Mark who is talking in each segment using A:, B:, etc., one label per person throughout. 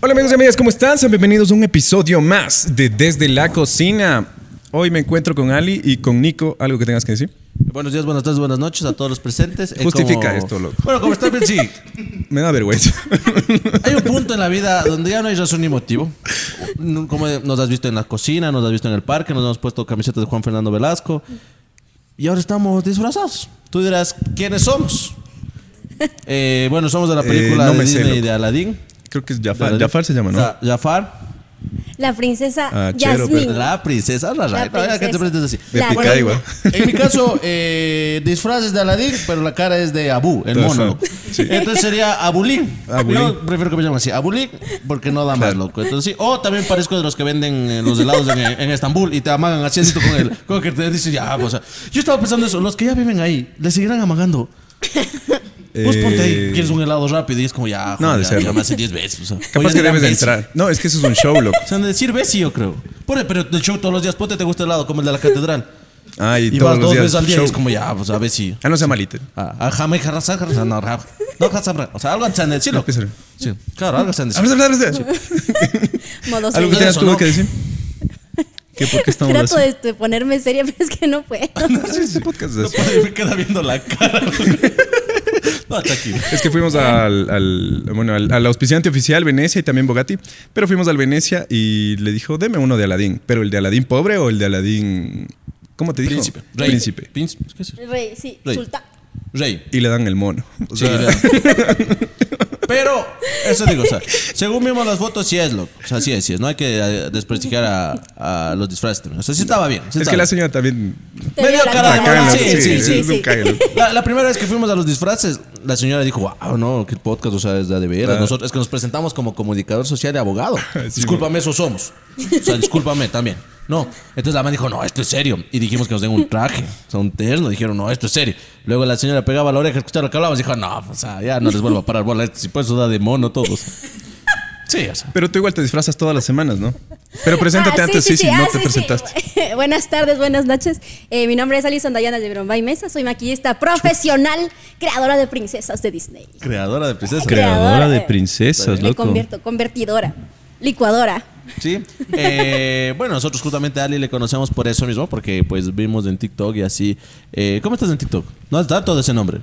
A: Hola amigos y amigas, ¿cómo están? Sean bienvenidos a un episodio más de Desde la Cocina. Hoy me encuentro con Ali y con Nico. ¿Algo que tengas que decir?
B: Buenos días, buenas tardes, buenas noches a todos los presentes. Eh,
A: Justifica
B: como-
A: esto, loco.
B: Bueno, como está bien, sí.
A: Me da vergüenza.
B: Hay un punto en la vida donde ya no hay razón ni motivo. No, Como nos has visto en la cocina, nos has visto en el parque, nos hemos puesto camisetas de Juan Fernando Velasco. Y ahora estamos disfrazados. Tú dirás, ¿quiénes somos? Eh, bueno, somos de la
A: Eh,
B: película
A: no
B: de
A: me sé,
B: Disney
A: loco.
B: de Aladdin.
A: Creo que es
B: De
A: Jafar.
B: Aladdin.
A: Jafar se llama, ¿no?
B: Za- Jafar.
C: La princesa
A: Ah, chero,
C: Yasmín.
B: La princesa. La,
C: La
B: la, que te
C: princesa.
B: presentes así.
A: Me
C: La-
A: pica
C: Bueno,
A: igual.
B: En mi caso, eh, disfraces de Aladdin, pero la cara es de Abu, el
A: Ajá,
B: mono. loco.
A: sí.
B: Entonces sería Abulín.
A: Abulín.
B: Yo prefiero que me llamen así, Abulín, porque no da más,
A: Claro.
B: loco. Entonces sí. O también parezco de los que venden eh, los helados en, en Estambul y te amagan así, así tú con el con que te dicen, ya, pues, o sea. Yo estaba pensando eso, los que ya viven ahí, le seguirán amagando. Vos
A: Eh,
B: pues ponte ahí, quieres un helado rápido y es como ya,
A: No,
B: joder,
A: de
B: ya,
A: ser,
B: ya
A: loco.
B: me hace 10 veces. O sea,
A: Capaz
B: Oye,
A: que
B: dirán
A: debes de
B: Messi.
A: entrar. No, es que eso es un show, loco.
B: O sea, de decir Bessie, yo creo. Por- pero el show todos los días, ponte, te gusta el helado, como el de la catedral.
A: Ay,
B: Y
A: todos
B: vas
A: los
B: dos
A: días.
B: veces al día y
A: show.
B: es como ya, pues a ver si.
A: Ah, no sea malite.
B: A Jamé Jarrazar, Jarrazar, no, Rab. No, Jarrazar, o sea, algo antes han de decirlo.
A: Empieza.
B: Sí, claro, algo antes han de
A: Habla,
B: decirlo.
A: habla, habla, habla.
C: Modo
A: ¿Algo que
C: señor.
A: tengas
B: eso,
A: tú
B: ¿no?
A: que decir? ¿Qué, ¿Por qué estamos
C: Trato
A: así?
C: de, de ponerme seria, pero es que no puedo.
A: No, sí, sí, podcast es así.
B: Me queda viendo la cara. No, hasta aquí.
A: Es que fuimos al, al- bueno, al, al auspiciante oficial, Venecia y también Bogatti, pero fuimos al Venecia y le dijo, deme uno de Aladín, pero el de Aladín pobre o el de Aladín, ¿cómo te dijo?
B: Príncipe. Rey.
A: Príncipe.
B: Príncipe. ¿Qué es?
C: Rey, sí,
B: Rey.
C: sultán.
B: Rey.
A: Y le dan el mono. O
B: Sí,
A: sea,
B: ya. Pero, eso digo, o sea, según vimos las fotos, sí es loco. O sea, sí es, sí es. No hay que eh, desprestigiar a, a los disfraces también. O sea, sí estaba bien. sí
A: es
B: estaba
A: que la
B: bien.
A: señora también...
C: Te
B: Me
C: veo
B: dio
C: la
B: cara de
C: cara.
B: mala,
A: Bacana,
B: sí, sí, sí, sí,
A: es un cágalo.
B: La, la primera vez que fuimos a los disfraces, la señora dijo, wow, no, que el podcast, o sea, es de, a de veras.
A: Claro.
B: Nosotros es que nos presentamos como comunicador social y abogado.
A: Sí,
B: discúlpame, eso somos. O sea, discúlpame también. No, entonces la mamá dijo, no, esto es serio. Y dijimos que nos den un traje, o sea, un terno. Dijeron, no, esto es serio. Luego la señora pegaba la oreja, escuchaba lo que hablábamos, dijo, no, pues, o sea, ya no les vuelvo a parar bola. esto, Si puedes, eso da de mono todos. Sí, o sea.
A: Pero tú igual te disfrazas todas las semanas, ¿no? Pero preséntate
C: Ah,
A: antes, sí, sí,
C: ah,
A: no te presentaste.
C: buenas tardes, buenas noches. Eh, mi nombre es Alison Dayana de Brombay Mesa. Soy maquillista profesional, creadora de princesas de Disney.
B: Creadora de princesas.
C: Creadora de
A: princesas,
C: Me convierto, convertidora, licuadora.
B: Sí. Eh, bueno, nosotros justamente a Ali le conocemos por eso mismo, porque pues vimos en TikTok y así. Eh, ¿Cómo estás en TikTok? No has dado todo ese nombre.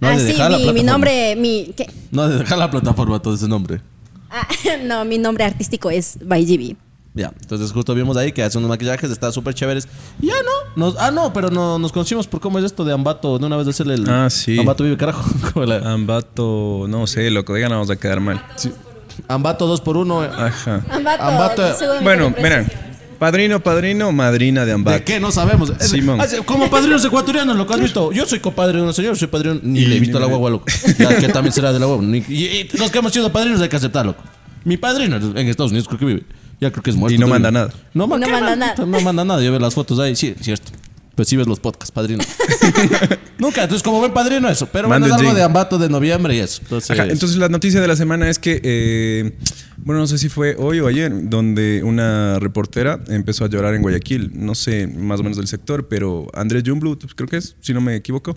B: No has
C: ah,
B: de
C: sí,
B: dejar la
C: mi, mi
B: plataforma.
C: nombre, mi. ¿qué?
B: No has de dejar la plataforma todo ese nombre.
C: Ah, no, mi nombre artístico es Baijibi.
B: Ya, entonces justo vimos ahí que hace unos maquillajes, está súper chéveres. Y Ya no, nos, ah no, pero no, nos conocimos por cómo es esto de Ambato, de una vez hacerle el
A: Ah, sí. Ah.
B: Ambato vive carajo. como la-
A: Ambato, no sé, loco, digan, vamos a quedar mal.
B: Ambato 2 por eh. 1
A: Ajá.
C: Ambato.
B: Ambato.
C: seguramente
A: Bueno,
C: lo
A: miren, padrino, padrino, madrina de
B: ¿De
A: Ambato.
B: qué? No sabemos. Es-
A: Simón.
B: hace- como padrinos ecuatorianos, lo que has visto. Yo soy compadre de una señora, soy padrino. Ni
A: Y-
B: le
A: ni
B: he visto la
A: me-
B: guagua, loco. Ya que también será de la guagua. Ni- Y, y los que hemos sido padrinos hay que aceptar, loco. Mi padrino en Estados Unidos creo que vive. Ya creo que es muerto.
A: Y no
B: debe-
A: manda nada.
B: No, ma-
C: No
B: ¿qué
C: manda
B: manda?
C: nada.
B: No manda nada. Yo veo las fotos ahí. Sí, es cierto. Pues sí ves los podcasts, padrino. Nunca. Entonces, como buen padrino, eso. Pero bueno,
A: Manden
B: es algo
A: jing.
B: de ambato de noviembre y eso. Entonces,
A: Ajá, entonces la noticia de la semana es que, eh, bueno, no sé si fue hoy o ayer, donde una reportera empezó a llorar en Guayaquil, no sé más o menos del sector, pero Andrés Jumblut, creo que es, si no me equivoco,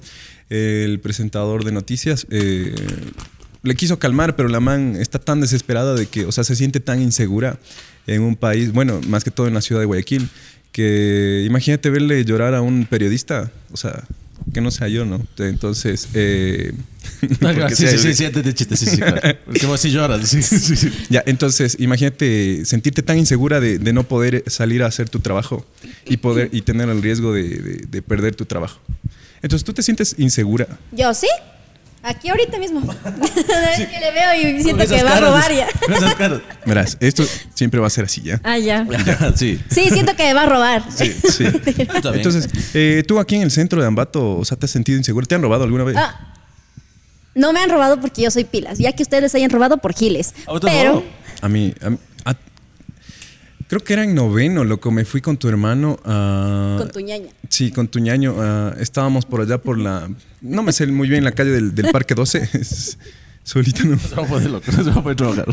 A: el presentador de noticias, eh, le quiso calmar, pero la man está tan desesperada de que, o sea, se siente tan insegura en un país, bueno, más que todo en la ciudad de Guayaquil, que imagínate verle llorar a un periodista, o sea... Que no sea yo, ¿no? Entonces, eh, porque
B: sí,
A: sea-
B: sí, sí, siéntete chiste, sí, sí, claro. Porque vos sí lloras. Sí, sí, sí.
A: ya, entonces, imagínate sentirte tan insegura de, de no poder salir a hacer tu trabajo y poder y tener el riesgo de, de- de perder tu trabajo. Entonces, tú te sientes insegura.
C: ¿Yo sí? Aquí ahorita mismo. Es que le veo y siento
B: Con esas
C: que va a
B: caras,
C: robar ya.
B: con esas caras.
A: Verás, esto siempre va a ser así, ¿ya?
C: Ah, ya.
B: Sí.
C: Sí, siento que va a robar.
A: Sí, sí.
B: Está bien.
A: Entonces, eh, tú aquí en el centro de Ambato, o sea, ¿te has sentido insegura? ¿Te han robado alguna vez?
C: Ah, no me han robado porque yo soy pilas. Ya que ustedes hayan robado por giles.
B: ¿A vos te has
C: Pero.
B: robado?
A: A mí, a mí- a- creo que era en noveno, loco. Me fui con tu hermano a...
C: Con tu ñaña.
A: Sí, con tu ñaño. ah, estábamos por allá por la. No me sé muy bien la calle del, del Parque 12. es- Solita no.
B: Se va a poder loco, se va a poder trabajar.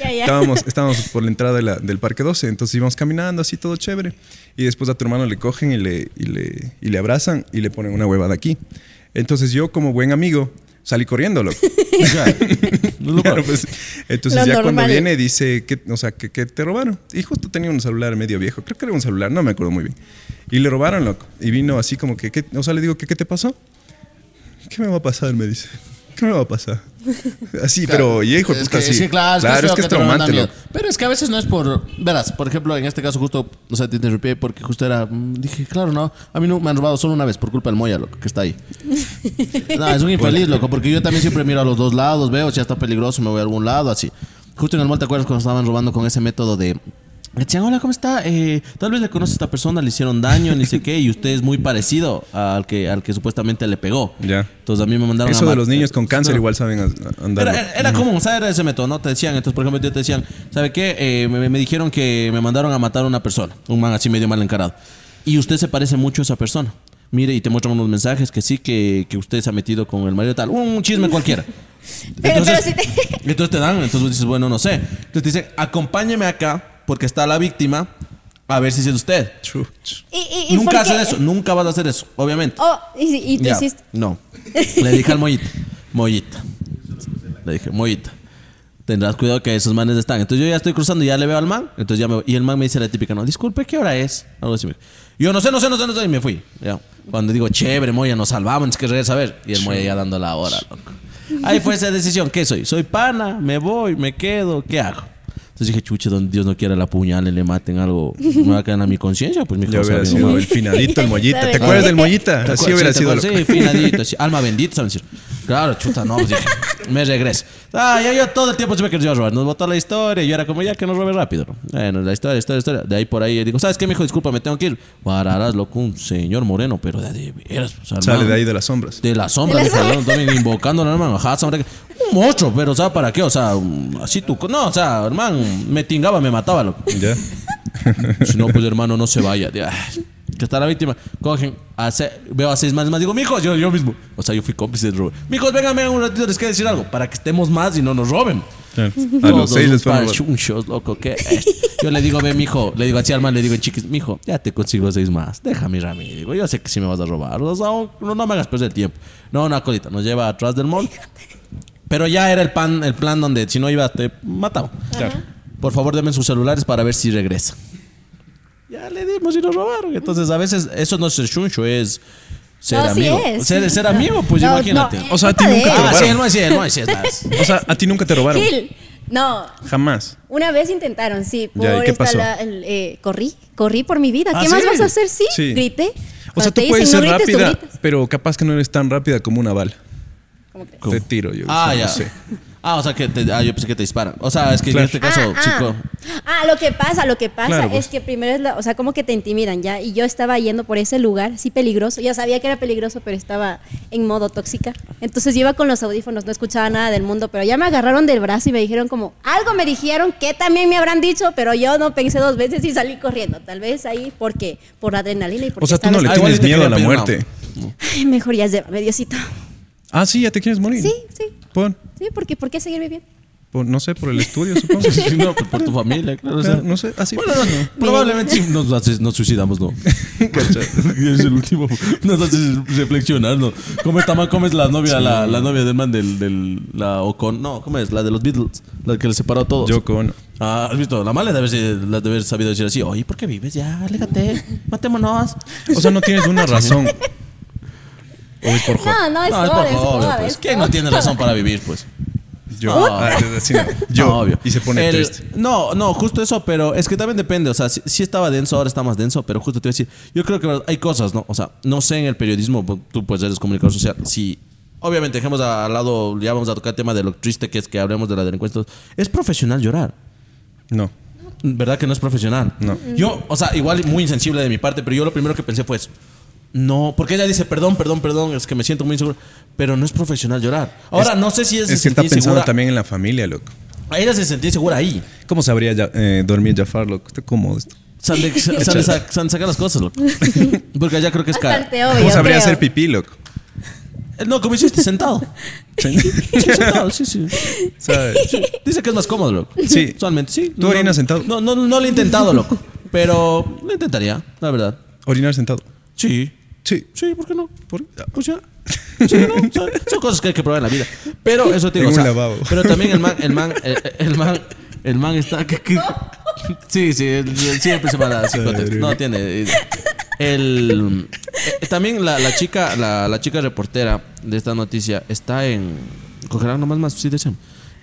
C: Ya, ya.
A: Estábamos, estábamos por la entrada de la- del Parque 12, entonces íbamos caminando así todo chévere. Y después a tu hermano le cogen y le, y le, y le abrazan y le ponen una huevada aquí. Entonces yo, como buen amigo, salí corriendo, loco.
B: Loco.
A: Claro, pues, entonces
C: Lo
A: ya cuando
C: normal.
A: viene dice que, o sea, que, que te robaron. Y justo tenía un celular medio viejo, creo que era un celular, no me acuerdo muy bien. Y le robaron, loco. Y vino así como que, ¿qué? o sea, le digo, ¿qué, qué te pasó? ¿Qué me va a pasar? Me dice. ¿Qué me va a pasar? Así, pero, y hijo, de
D: es
A: puta,
D: que,
A: sí.
D: es que claro, es que,
A: Claro,
D: es
A: es que es
D: feo te lo mandan
A: traumante,
D: miedo.
A: loco.
D: Pero es que a veces no es por. Verás, por ejemplo, en este caso, justo, o sea, te interrumpí porque justo era. mm, Dije, claro, no. A mí no me han robado solo una vez por culpa del Moya, loco, que está ahí. no, es un infeliz, loco, porque yo también siempre miro a los dos lados, veo si ya está peligroso, me voy a algún lado, así. Justo en el mall, ¿te acuerdas cuando estaban robando con ese método de. Le decían, hola, ¿cómo está? Eh, tal vez le conoce a esta persona, le hicieron daño, ni sé qué, y usted es muy parecido al que, al que supuestamente le pegó.
A: Ya.
D: Entonces a mí me mandaron a
A: Eso de
D: ma-
A: los niños con cáncer igual saben a- andar.
B: Era,
A: loco.
B: era- era común, ¿sabes? Era ese método, ¿no? Te decían, entonces, por ejemplo, yo te decían, ¿sabe qué? Eh, me, me dijeron que me mandaron a matar a una persona, un man así medio mal encarado. Y usted se parece mucho a esa persona. Mire, y te muestran unos mensajes que sí, que, que usted se ha metido con el marido tal. Un, un chisme cualquiera.
C: Pero-
B: entonces,
C: pero si
B: entonces te dan, entonces vos dices, bueno, no sé. Entonces te dicen, acompáñeme acá porque está la víctima a ver si es usted.
A: Chuch.
C: Y, y- y
B: Nunca
C: porque-
B: haces eso, nunca vas a hacer eso, obviamente.
C: Oh, y, y tú
B: Ya,
C: hiciste.
B: No. Le dije al Mollita. Mollita. Le dije, Mollita. Tendrás cuidado que esos manes están. Entonces yo ya estoy cruzando y ya le veo al man. Entonces ya me voy. Y el man me dice la típica, no, disculpe, ¿qué hora es? Algo así. me dijo. Yo no sé, no sé, no sé, no sé. Y me fui. Ya. Cuando digo, chévere, Moya, nos salvamos, es que regresa a ver. Y el Moya ya dando la hora, loco. Ahí fue esa decisión. ¿Qué soy? ¿Soy pana? ¿Me voy? ¿Me quedo? ¿Qué hago? Entonces dije, chuche, donde Dios no quiera la puñale, le maten algo. Me va a quedar a mi conciencia. Pues mi
A: Ya hubiera
B: cosa,
A: sido el finadito, el mollita. ¿Te
C: ¿Sabe?
A: acuerdas del mollita?
B: ¿Te
A: Así
B: acuerdas?
A: hubiera
B: Sí,
A: sido.
B: te acuerdas,
A: loco.
B: Sí, finadito, sí. alma bendita, saben decir. Claro, chuta, no, pues dije, me regreso. Ah, yo, yo todo el tiempo se me quería robar. Nos botó la historia, yo era como, ya que nos robe rápido. ¿no? Bueno, la historia, historia, historia. De ahí por ahí, digo, ¿sabes qué, mijo? Disculpa, me tengo que ir. Pararás, loco, un señor moreno, pero de, de veras, o sea,
A: Sale
B: hermano,
A: de ahí de las sombras.
B: De la sombra, dijo, no, también invocando al hermano. Ajá, sombra, que- un monstruo, pero, o sea, ¿para qué? O sea, un- así tú. No, o sea, hermano, me tingaba, me mataba, loco.
A: Ya.
B: Si no, pues hermano, no se vaya. Ya. Que está la víctima. Cogen, hace- veo a seis más, más. Digo, mijos, yo, yo mismo. O sea, yo fui cómplice del robo. Mijos, vengan, vengan un ratito, les quiero decir algo. Para que estemos más y no nos roben.
A: A los
B: Todos
A: seis
B: un
A: les fueron.
B: par de chunchos, loco, ¿qué es? Yo le digo, ve, mijo, le digo así al man, le digo, chiquis, mijo, ya te consigo seis más. Déjame ir a mí. Digo, yo sé que sí me vas a robar. O sea, no, no me hagas perder el tiempo. No, una colita, nos lleva atrás del mall. Pero ya era el, pan, el plan donde si no iba, te mataba. Por favor, denme sus celulares para ver si regresa. Ya le dimos y nos robaron. Entonces, a veces eso no es ser chuncho, es ser
C: No, sí
B: amigo.
C: es.
B: Ser, ser amigo, pues
C: No, eh, no,
B: imagínate.
C: es
A: O sea, a ti
C: culpa
A: nunca
C: de
A: te
C: él.
B: Ah, sí,
A: robaron.
B: no es, sí, no es, sí, es nada.
A: O sea, a ti nunca te robaron.
C: Gil. No,
A: Jamás.
C: una vez intentaron, sí. Por
A: Ya, ¿y qué
C: esta
A: pasó?
C: la- el, eh, corrí, corrí por mi vida.
A: Ah,
C: ¿Qué más
A: ¿sí?
C: vas a hacer? Sí,
A: Sí.
C: grité.
A: O sea,
C: Cuando
A: tú
C: te
A: puedes
C: dicen,
A: ser
C: no grites, tú
A: rápida,
C: grites.
A: pero capaz que no eres tan rápida como una bala.
C: ¿Cómo crees?
A: Te tiro yo. o
B: Ah,
A: sea,
B: ya.
A: no sé.
B: Ah, o sea, que te, ah, yo pensé que te disparan. O sea, es que
A: Claro.
B: en este caso,
C: ah,
B: chico.
C: Ah. Ah, lo que pasa, lo que pasa
A: Claro, pues.
C: es que primero es la, o sea, como que te intimidan ya. Y yo estaba yendo por ese lugar, sí peligroso. Ya sabía que era peligroso, pero estaba en modo tóxica. Entonces yo iba con los audífonos, no escuchaba nada del mundo, pero ya me agarraron del brazo y me dijeron como, algo me dijeron que también me habrán dicho, pero yo no pensé dos veces y salí corriendo. Tal vez ahí porque, por adrenalina y porque
A: O sea, tú
C: estaba-
A: no le
B: Ah, igual
A: tienes
B: te
A: miedo
B: quería
A: a la
B: pedir una-
A: muerte.
C: Ay, mejor ya llévame, Diosito.
A: Ah, sí, ya te quieres morir.
C: Sí, sí.
A: Por,
C: Sí, porque ¿por qué seguir viviendo?
A: por- no sé, por el estudio, supongo.
B: Sí, no, pues, por, por tu familia, claro. o sea.
A: Claro, no sé, así.
B: Bueno, no, probablemente sí nos, haces- nos suicidamos, ¿no?
A: Cacha.
B: es el último. Nos haces reflexionar, ¿no? ¿Cómo está man? ¿Cómo es la novia, la, la novia del man del, del la Ocon? No, ¿cómo es? La de los Beatles, la que le separó a todos.
A: Yo con.
B: Ah, ¿has visto? La mala de haber, sido- la de haber sabido decir así, oye, ¿por qué vives? Ya, aléjate, matémonos.
A: O sea, no tienes una razón. O es Pues por joder.
C: No, no, es
B: No, es
C: joda,
B: por
C: es
B: joven,
C: joda,
B: pues.
C: es
B: ¿Quién no
C: joda.
B: tiene razón para vivir, pues?
A: Yo.
B: Ah.
A: Ah, es así, no. Yo.
B: No, obvio.
A: Y se pone
B: El-
A: triste.
B: No, no, justo eso, pero es que también depende. O sea, si, si estaba denso, ahora está más denso, pero justo te iba a decir, yo creo que hay cosas, ¿no? O sea, no sé en el periodismo, pu- tú pues eres comunicador social, si... Obviamente, dejemos a- al lado, ya vamos a tocar el tema de lo triste que es que hablemos de la delincuencia. Es profesional llorar.
A: No.
B: ¿Verdad que no es profesional?
A: No.
B: Yo, o sea, igual muy insensible de mi parte, pero yo lo primero que pensé fue eso. No, porque ella dice, perdón, perdón, perdón, es que me siento muy insegura, pero no es profesional llorar. Ahora,
A: Es-
B: no sé si es...
A: Es que está pensando también en la familia, loco.
B: Ella se sentía segura ahí.
A: ¿Cómo sabría ya- eh, dormir Jafar, loco? Está cómodo esto.
B: Se han de, se han de sa- se han de sacar las cosas, loco. Porque allá creo que es cara.
C: Bastante obvio,
A: ¿Cómo sabría
C: creo.
A: hacer pipí, loco?
B: Eh, No, como hiciste sentado. Sí, sentado, sí, sí.
A: ¿Sabes?
B: Dice que es más cómodo, loco.
A: Sí.
B: Usualmente, sí.
A: ¿Tú orinas sentado?
B: No, no, no lo he intentado, loco. Pero lo intentaría, la verdad.
A: Orinar sentado.
B: Sí.
A: Sí.
B: Sí, ¿por qué no?
A: ¿Por?
B: O sea, Sí, no, son, son cosas que hay que probar en la vida. Pero eso tiene
A: En un lavabo.
B: Pero también el man, el man, el, el man, el man está. que- que- sí, sí, él- él siempre se va a dar sin contexto. No tiene. eh, El, eh, también la, la chica, la, la chica reportera de esta noticia está en. Cogerán nomás más, sí, desean.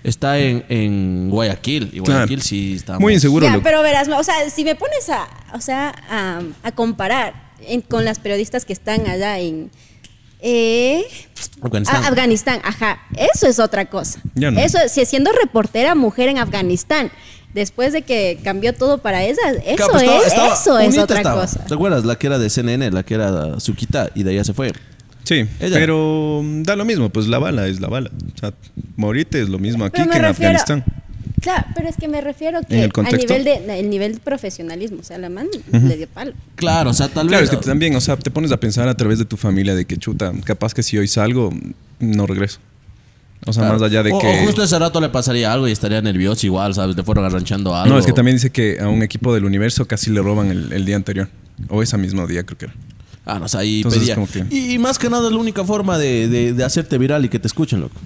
B: Está en, en Guayaquil. Y
A: Claro.
B: Guayaquil sí está
A: Muy inseguro.
C: Ya,
A: loco.
C: pero verás, o sea, si me pones a, o sea, a, a comparar en- con las periodistas que están allá en eh,
B: Afganistán.
C: a- Afganistán, ajá, eso es otra cosa.
A: Ya no.
C: Eso, si siendo reportera mujer en Afganistán, después de que cambió todo para esas, eso
B: Claro, pues,
C: es,
B: estaba-
C: eso es
B: Unita
C: otra
B: estaba.
C: cosa.
B: ¿Te acuerdas? La que era de CNN, la que era Suquita, y de allá se fue.
A: Sí,
B: Ella.
A: pero mm, da lo mismo, pues la bala es la bala. O sea, morirte es lo mismo aquí
C: Pero
A: que en
C: me refiero-
A: Afganistán.
C: Claro, pero es que me refiero
A: ¿En
C: que
A: el
C: al
A: contexto?
C: nivel de el nivel de profesionalismo, o sea, la man le dio palo.
B: Claro, o sea, tal
A: Claro,
B: vez.
A: es que también, o sea, te pones a pensar a través de tu familia de que chuta, capaz que si hoy salgo, no regreso. O sea, más allá de
B: o,
A: que.
B: o justo ese rato le pasaría algo y estaría nervioso igual, ¿sabes? Le fueron arranchando algo.
A: No, es que también dice que a un equipo del universo casi le roban el, el día anterior. O ese mismo día, creo que era.
B: Ah, no, o sea, ahí
A: Entonces,
B: pedía.
A: como que-
B: Y, y más que nada es la única forma de, de- de hacerte viral y que te escuchen, loco.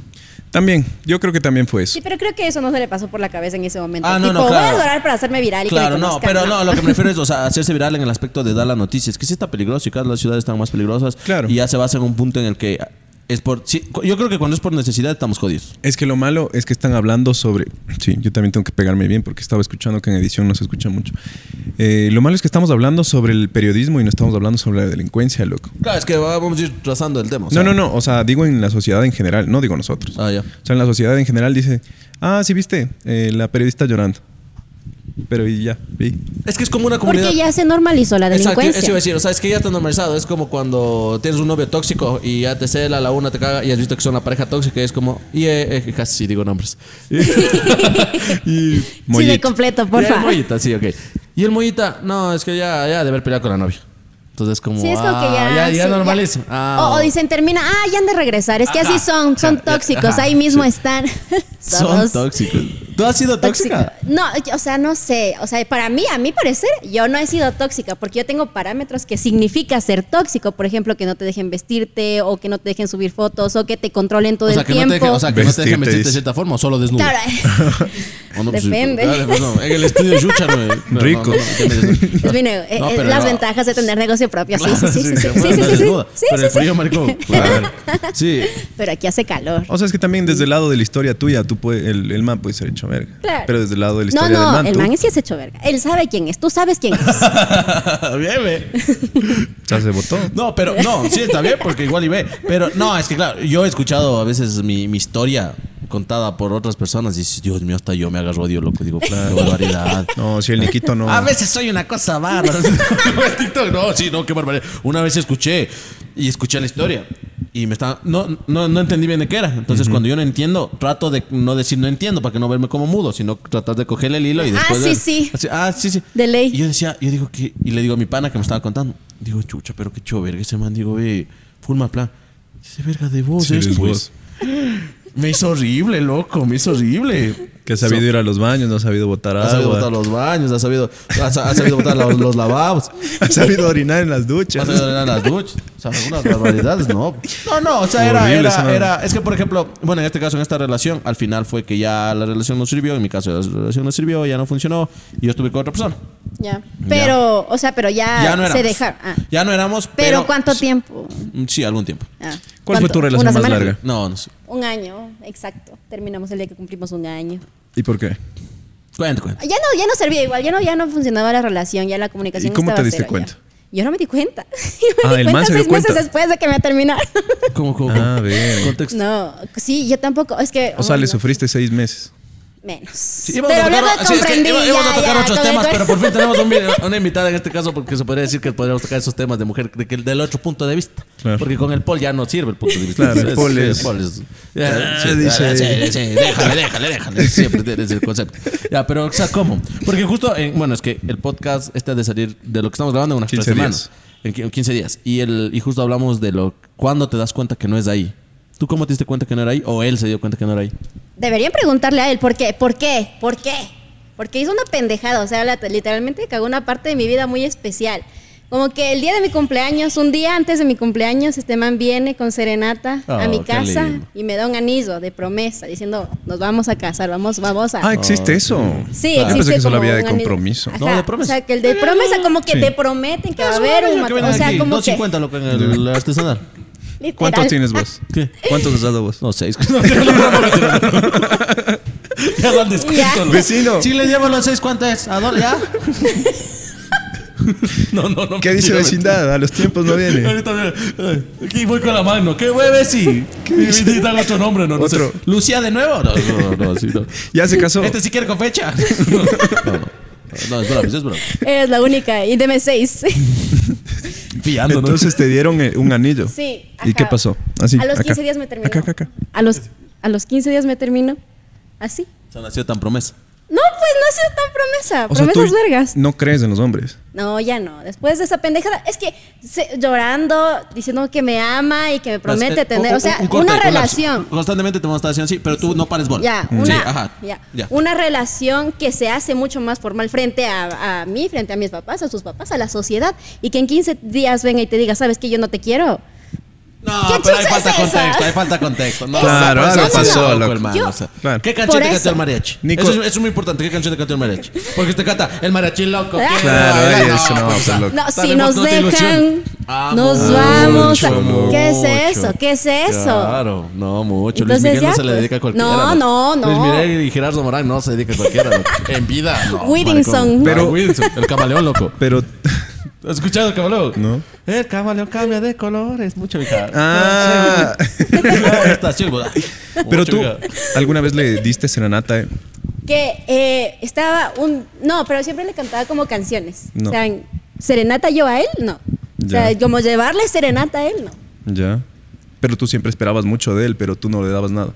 A: También, yo creo que también fue eso.
C: Sí, pero creo que eso no se le pasó por la cabeza en ese momento.
B: Ah, no,
C: tipo,
B: no, claro.
C: voy a adorar para hacerme viral y que
B: Claro,
C: me
B: no,
C: conozcan,
B: pero no, lo que me refiero es, o sea, hacerse viral en el aspecto de dar la noticia. Es que sí está peligroso y cada las ciudades están más peligrosas.
A: Claro.
B: Y ya se basa en un punto en el que es por. sí, yo creo que cuando es por necesidad estamos jodidos.
A: Es que lo malo es que están hablando sobre. Sí, yo también tengo que pegarme bien porque estaba escuchando que en edición no se escucha mucho. Eh, lo malo es que estamos hablando sobre el periodismo y no estamos hablando sobre la delincuencia, loco.
B: Claro, es que vamos a ir trazando el tema.
A: no, no, no. O sea, digo en la sociedad en general, no digo nosotros.
B: Ah, ya.
A: O sea, en la sociedad en general dice, ah, sí viste, eh, la periodista llorando. Pero y ya, vi.
B: Es que es como una comunidad.
C: Porque ya se normalizó la
B: Exacto,
C: delincuencia.
B: eso iba a decir, o sea, es que ya está normalizado, es como cuando tienes un novio tóxico y ya te cela, la una te caga y has visto que son la pareja tóxica y es como, y eh, eh, casi sí digo nombres. y
C: sí, de
A: Mollito.
C: completo,
B: y
C: por
B: el
C: favor.
B: mollita, sí, ok. Y el mollita, no, es que ya, ya de haber peleado con la novia. Entonces como,
C: Sí, es como que
B: ah,
C: ya.
B: ya, ya
C: sí,
B: normaliza.
C: ya.
B: Ah,
C: o, o dicen, termina, ah, ya han de regresar. Es que
B: Ajá,
C: así son, son
B: ya, ya,
C: tóxicos,
B: ajá,
C: ahí mismo
B: sí.
C: están.
B: son
C: Todos
B: tóxicos. ¿Tú has sido tóxica?
C: No, yo- o sea, no sé. O sea, para mí, a mi parecer, yo no he sido tóxica porque yo tengo parámetros que significa ser tóxico. Por ejemplo, que no te dejen vestirte o que no te dejen subir fotos o que te controlen todo
D: O sea,
C: el
D: que no
C: tiempo.
D: te dejen, o sea, que no te dejen
A: Vestirte,
D: vestirte de
A: dice.
D: cierta forma o solo desnudo.
C: Claro,
D: O no, pues,
C: Depende.
D: claro, pues, no.
B: En el estudio Yucha, no, eh. No,
A: Rico.
B: no, no, no, te metes-
C: Es mi nego- eh,
D: No,
C: eh,
D: pero
C: las
D: no.
C: ventajas de tener negocio propio. Sí,
B: Claro,
C: sí, sí, sí, sí, sí,
B: se puede
C: sí, sí,
B: andar
C: sí, sí.
B: desnuda,
C: Sí,
B: Pero
C: sí,
B: el frío
C: sí.
B: marcó. Sí.
C: Pero aquí hace calor.
A: O sea, es que también desde el lado de la historia tuya, tú puede- el, el man puede ser hecho verga.
C: Claro.
A: Pero desde el lado de la
C: No,
A: historia
C: no,
A: del man,
C: el
A: tú
C: man es que es hecho verga. Él sabe quién es, tú sabes quién es.
B: Bien, ve.
A: ya se votó.
B: No, pero no, sí está bien porque igual y ve. Pero no, es que claro, yo he escuchado a veces mi, mi historia contada por otras personas y dices, Dios mío, hasta yo me agarro odio, loco. Digo, claro, qué barbaridad.
A: No, si el Niquito no.
B: A veces soy una cosa bárbara. TikTok, no, sí, no, qué barbaridad. Una vez escuché y escuché la historia y me estaba. No, no, no entendí bien de qué era. Entonces, cuando yo no entiendo, trato de no decir no entiendo para que no verme como mudo, sino tratar de cogerle el hilo y
C: Ah,
B: después.
C: sí,
B: ver- así,
C: sí.
B: ah, sí, sí.
C: De ley.
B: Y yo decía, yo digo que. Y le digo a mi pana que me estaba contando. Digo, chucha, pero qué chido, verga ese man. Digo, ve, full mal plan. Dice, verga, de vos,
A: Sí,
B: eres,
A: eres
B: pues. Me hizo horrible, loco, me hizo horrible.
A: Que ha sabido ir a los baños, no ha sabido botar
B: pues,
A: agua.
B: Ha sabido botar los baños, ha sabido, ha, sa- ha sabido botar los, los lavabos,
A: Ha sabido orinar en las
B: ha
A: duchas.
B: sabido llenar las duchas. O sea, algunas barbaridades, no. No, no, o sea, era,
A: Horrible esa
B: era,
A: madre.
B: era- Es que, por ejemplo, bueno, en este caso, en esta relación, al final fue que ya la relación no sirvió. En mi caso, la relación no sirvió, ya no funcionó. Y yo estuve con otra persona.
C: Ya. Pero, o sea, pero ya,
B: Ya no éramos.
C: se dejaron. Ah.
B: Ya no éramos,
C: Pero,
B: pero.
C: ¿cuánto tiempo?
B: Sí, algún tiempo.
C: Ah.
A: ¿Cuál fue
C: ¿Cuánto?
A: tu relación
C: ¿Una
A: más
C: semana?
A: larga?
B: No, no sé.
C: Un año, exacto. Terminamos el día que cumplimos un año. Ah,
A: ¿Y por qué?
B: Cuenta, cuenta.
C: Ya no, ya no servía igual, ya no, ya no funcionaba la relación, ya la comunicación
A: ¿Y cómo
C: estaba
A: te diste
C: cero, ya.
A: cuenta?
C: Yo no me di cuenta. Yo
A: Ah,
C: me
A: el
C: di
A: man
C: cuenta
A: se dio
C: seis meses
A: cuenta.
C: después de que me terminaron.
B: ¿Cómo, cómo?
A: Ah, ver.
B: Contexto.
C: no, sí, yo tampoco. Es que.
A: O sea,
C: ay,
A: le
C: no.
A: sufriste seis meses.
C: Menos.
B: Sí, íbamos
C: pero
B: a tocar-
C: luego
B: sí, es que
C: comprendí.
B: íbamos- íbamos a
C: ya,
B: tocar
C: ya,
B: otros
C: acabé
B: temas,
C: con-
B: pero por fin tenemos un- una invitada en este caso porque se podría decir que podríamos tocar esos temas de mujer de que- del otro punto de vista.
A: Claro.
B: Porque con el Paul ya no sirve el punto de vista.
A: Claro, el Paul
B: sí,
A: es-
B: Paul ya, sí,
A: dice-
B: sí, sí, déjale, déjale, déjale. Siempre tienes el concepto. Ya, pero, o sea, ¿cómo? Porque justo, en- bueno, es que el podcast este ha de salir de lo que estamos grabando en unas 15
A: 15
B: semanas. En qui- 15 días. Y, el, y justo hablamos de lo cuándo te das cuenta que no es ahí. ¿Tú cómo te diste cuenta que no era ahí? ¿O él se dio cuenta que no era ahí?
C: Deberían preguntarle a él por qué, por qué, por qué. Porque hizo una pendejada, o sea, la- literalmente cagó una parte de mi vida muy especial. Como que el día de mi cumpleaños, un día antes de mi cumpleaños, este man viene con serenata a
B: Oh,
C: mi
B: qué
C: casa
B: lindo.
C: y me da un anillo de promesa diciendo, nos vamos a casar, vamos, vamos a...
A: Ah, existe eso. Ah,
C: Sí,
A: Yo
B: ah,
A: pensé
C: existe
A: que solo
C: como
A: había de
C: un anillo.
A: compromiso.
C: Ajá,
B: No, de promesa.
C: O sea, que el de promesa como que
A: Sí.
C: te prometen que va a haber
B: que
C: un
B: ven
C: matrimonio. O sea,
B: aquí,
C: como que...
B: 250 loco en el, el artesanal.
C: literal.
A: ¿Cuántos tienes vos?
B: ¿Qué?
A: ¿Cuántos has dado vos?
B: No, 6. ya lo han descubierto. loco.
A: Vecino.
B: Chile, llévalo a 6, ¿cuánto es? ¿A dónde ya? no, no, no.
A: ¿Qué dice
B: mentira,
A: vecindad? A los tiempos no
B: mentira.
A: viene.
B: Ahorita viene. Ay, Aquí voy con la mano. ¿Qué mueve si? Y dan otro nombre, no, no sé.
A: Otro.
B: ¿Lucía de nuevo? No, no, no, sí, no.
A: Ya se casó.
B: Este sí quiere con fecha. No, no, no. No, es broma, es broma.
C: Eres la única y deme seis.
B: Fiando, ¿no?
A: Entonces te dieron eh, un anillo.
C: Sí,
A: ¿Y
C: ajá.
A: qué pasó? Así.
C: a los
A: acá.
C: 15 días me terminó.
A: Acá, acá, acá.
C: A los, a los 15 días me terminó. ¿Así?
B: Se nació tan promesa.
C: No, pues no ha sido tan promesa.
A: O sea, tú
C: Promesas vergas.
A: no crees en los hombres.
C: No, ya no. Después de esa pendejada, es que se- llorando, diciendo que me ama y que me promete
B: Eh,
C: tener,
B: un-
C: o sea,
B: un corte, un
C: una
B: lapso.
C: relación.
B: Constantemente te vamos a estar haciendo así, pero tú no pares bola.
C: Ya,
B: Sí,
C: una,
B: ajá,
C: ya,
B: ya.
C: una relación que se hace mucho más formal frente a, a mí, frente a mis papás, a sus papás, a la sociedad. Y que en 15 días venga y te diga, ¿sabes que yo no te quiero?
B: No,
C: ¿Qué
B: pero hay
C: chucha
B: falta
C: es esa?
B: contexto, hay falta contexto. No,
A: Claro,
B: no,
A: algo
B: no,
A: pasó,
B: no,
A: loco.
B: hermano,
C: Yo-
B: o sea,
A: Claro.
B: ¿Qué canción
C: Por
B: te
C: eso.
B: cantó el mariachi?
A: Nico-
B: Eso, es, eso es muy importante, ¿qué canción te cantó el mariachi? Porque te canta el mariachi loco.
C: Claro,
A: ahí eso no, pues, loco.
C: Ah. No, si
B: Daremos
C: nos
B: otra
C: dejan,
B: ilusión. Ah,
C: nos
B: mucho,
C: vamos. a-
B: mucho.
C: ¿Qué es eso? ¿Qué es eso?
B: Claro, no mucho.
C: Entonces,
B: Luis Miguel
C: ya,
B: no se le
C: pues.
B: dedica a cualquiera.
C: No, no, no.
B: Luis Miguel y Gerardo Morán no se dedica a cualquiera. loco. en vida, no.
C: Whittington.
A: Pero-
B: Pero Whittington, el camaleón loco.
A: Pero.
B: ¿Has escuchado el camaleón?
A: No.
B: El camaleón cambia de colores, mucho hija.
A: Ah.
B: Está sí, boda.
A: Pero
B: Mucho,
A: tú,
B: hija.
A: ¿alguna vez le diste serenata? eh?
C: Que eh, estaba un. No, pero siempre le cantaba como canciones.
A: No.
C: O sea, en- serenata yo a él, no. O sea,
A: Ya.
C: como llevarle serenata a él, no.
A: Ya. Pero tú siempre esperabas mucho de él, pero tú no le dabas nada.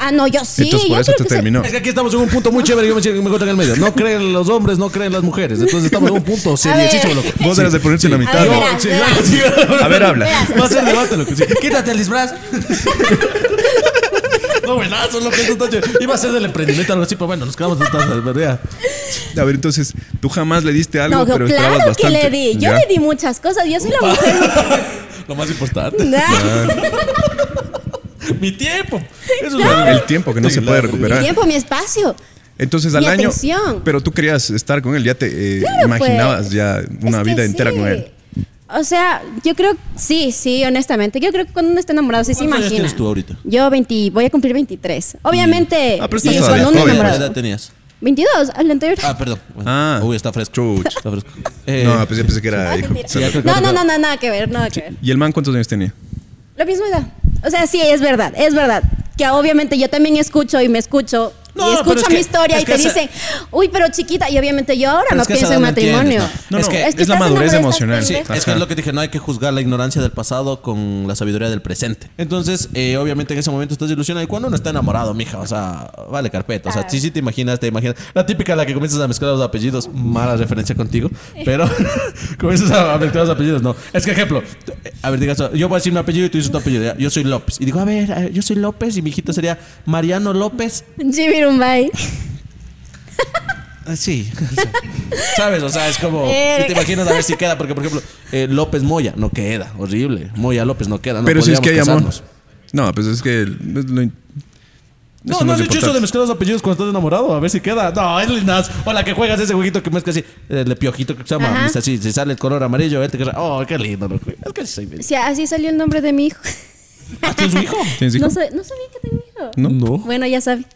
C: Ah, no, yo sí.
A: Entonces por
C: yo
A: eso
C: creo
A: te
C: que se-
A: terminó.
B: Es que aquí estamos en un punto muy chévere. Yo me, siento- me encuentro en el medio. No creen los hombres, no creen las mujeres. Entonces estamos en un punto seriosísimo,
C: ver.
B: loco.
A: Vos eras de ponerse en la
C: A ver,
A: mitad.
C: verás,
B: Sí,
C: verás.
B: sí,
A: A ver, habla.
C: Verás.
B: Va a ser debate, loco. sí. Quítate el disfraz. No, buenazo, loco. esto está chévere. Iba a ser del emprendimiento algo así, pero bueno, nos quedamos hasta la verdad.
A: A ver, entonces, tú jamás le diste algo,
C: No,
A: pero esperabas
C: claro que
A: bastante.
C: le di. Yo
A: Ya.
C: le di muchas cosas. Yo soy la mujer.
B: Lo más importante.
C: ¿verdad?
B: Mi tiempo. Eso
A: El- El tiempo que no
B: Sí,
A: se puede
B: claro.
C: Mi
A: recuperar.
C: tiempo, mi espacio.
A: Entonces al
C: Mi
A: año,
C: atención.
A: pero tú querías estar con él, ya te eh,
C: Claro,
A: imaginabas
C: pues.
A: ya una
C: Es que
A: vida entera
C: sí.
A: con él.
C: O sea, yo creo, sí, sí, honestamente. Yo creo que cuando uno está enamorado, sí se
B: ¿Cuántos
C: imagina.
B: años tienes tú ahorita?
C: Yo 20, voy a cumplir 23. Obviamente,
A: Ah, pero
C: sí,
A: estás todavía
C: cuando
A: pues.
C: uno
A: joven,
B: ¿Qué
A: enamorado.
B: edad
C: enamorado.
B: tenías?
C: 22, al anterior.
B: Ah, perdón. Bueno.
A: Ah.
B: Uy, está fresco.
A: Chuch.
B: Está fresco. Eh,
A: no, pues yo pensé que era
C: Ay,
A: hijo.
C: mentira.
B: Sí, ya creo que
C: no,
B: ahorita-
C: no, no, no, nada que ver, nada que ver.
A: ¿Y el man cuántos años tenía?
C: La misma edad. O sea, sí, es verdad, es verdad. Que obviamente yo también escucho y me escucho.
B: No,
C: y
B: pero
C: escucho
B: es
C: mi
B: que-
C: historia
B: es
C: y
B: que
C: te
B: esa-
C: dicen, uy, pero chiquita. Y obviamente yo ahora
B: Pero
C: no
B: es que esa
C: pienso en
B: edad no
C: matrimonio.
B: entiendes, no. No,
A: no,
B: es
A: es la madurez
C: estás enamorado, estás
A: emocional.
B: Sí,
C: pendejo.
B: es que
A: Ajá.
B: es lo que dije, no hay que juzgar la ignorancia del pasado con la sabiduría del presente. Entonces, eh, obviamente en ese momento estás ilusionado y cuando uno está enamorado, mija, o sea, vale carpeta, o sea,
C: Claro.
B: sí, sí te imaginas, te imaginas. La típica la que comienzas a mezclar los apellidos, mala referencia contigo, pero comienzas a mezclar los apellidos, no. Es que ejemplo, a ver, digas, yo voy a decir mi apellido y tú dices tu apellido, ya, yo soy López. Y digo, a ver, a ver, yo soy López y mi hijito sería Mariano López
C: Chivirumbay.
B: Ah, Sí. ¿Sabes? O sea, es como.
C: Eh.
B: Y te imaginas a ver si queda, porque, por ejemplo, eh, López Moya no queda, horrible. Moya López no queda. No
A: pero si es que hay
B: podríamos
A: amor.
B: casarnos.
A: No, pues es que el- es lo in-
B: No,
A: eso
B: no has
A: es
B: dicho eso de
A: importante.
B: mezclar los apellidos cuando estás enamorado, a ver si queda. No, es lindas. O la que juegas ese jueguito que mezcla así, el de piojito que se llama.
C: Ajá.
B: Es así, si sale el color amarillo, él te queda. Oh, qué lindo, loco. Es que sí soy medio-
C: Sí, así salió el nombre de mi hijo.
B: ¿Ah, ¿Tienes un hijo?
A: ¿Tienes hijo?
C: No, sab- no sabía que tenía hijo.
A: No.
C: Bueno, ya sabe.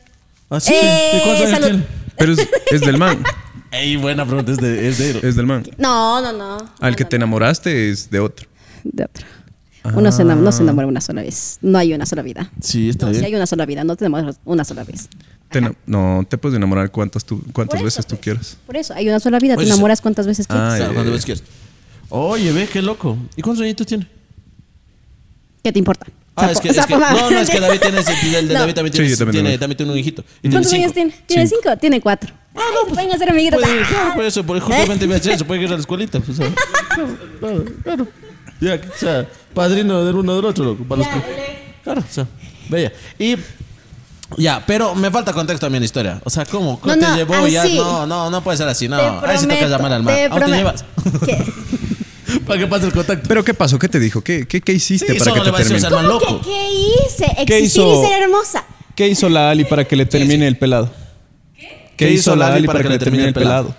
B: ¿Ah, sí?
C: Eh,
B: ¿Y cuántos años
C: salud.
B: tiene?
A: Pero es, es del man,
B: Ey, buena pregunta, es de, es de él.
A: es del man.
C: No, no, no.
A: Al
B: Ah,
C: No,
A: que
C: no,
A: te
C: no.
A: enamoraste es de otro.
C: De otro. Uno se enam- no se enamora una sola vez. No hay una sola vida.
B: Sí, está
C: No, si
B: bien.
C: hay una sola vida, no te enamoras una sola vez.
A: Te ena- no, te puedes enamorar cuántas, tú, cuántas
C: Por eso,
A: veces tú
C: pues.
A: quieras.
C: Por eso, hay una sola vida.
B: Oye,
C: te enamoras cuantas veces
A: Ah,
C: quieras.
A: ya.
B: O sea,
A: Ay.
B: cuando ves que- Oye, ve, qué loco. ¿Y cuántos añitos tiene?
C: ¿Qué te importa?
B: Ah,
C: Sapo-
B: es que, es
C: sapo
B: que-
C: mamá.
B: no, no, es que David tiene, el de
C: No.
B: David también
A: Sí,
B: tiene,
A: yo también
B: tiene-
A: tengo.
B: también tiene un hijito. Y
C: ¿Cuántos
B: cinco.
C: años tiene? ¿Tiene cinco? Tiene cuatro. Ay, pueden hacer amiguitos.
B: Puede, claro,
C: Ah.
B: pues, por eso, por- justamente me hace eso, puede ir a la escuelita. pues, ¿sabes? claro, claro, claro. Ya, o sea, padrino del uno del otro, loco. Para los que- claro, o sea, bella. Y. Ya, pero me falta contexto a mi historia. O sea, ¿cómo? ¿Cómo
C: No,
B: te
C: no,
B: llevó? Ya,
C: así.
B: no, no, no puede ser así, no.
C: Te
B: Ahí sí toca
C: prometo,
B: llamar al mar.
C: te
B: ¿Aún te
C: prometo.
B: llevas?
C: ¿Qué?
D: Para que pase el contacto.
A: Pero ¿qué pasó? ¿Qué te dijo? ¿Qué, qué, qué hiciste
B: Sí,
A: para
B: eso
A: que
B: no
A: te
B: le va a decir,
A: termine?
B: o sea,
C: ¿Cómo
B: Hermano loco.
C: que qué hice? Existir
E: hizo?
C: y ser hermosa.
E: ¿Qué hizo la Ali para que le termine el pelado?
B: ¿Qué hizo la Ali para que le termine el pelado?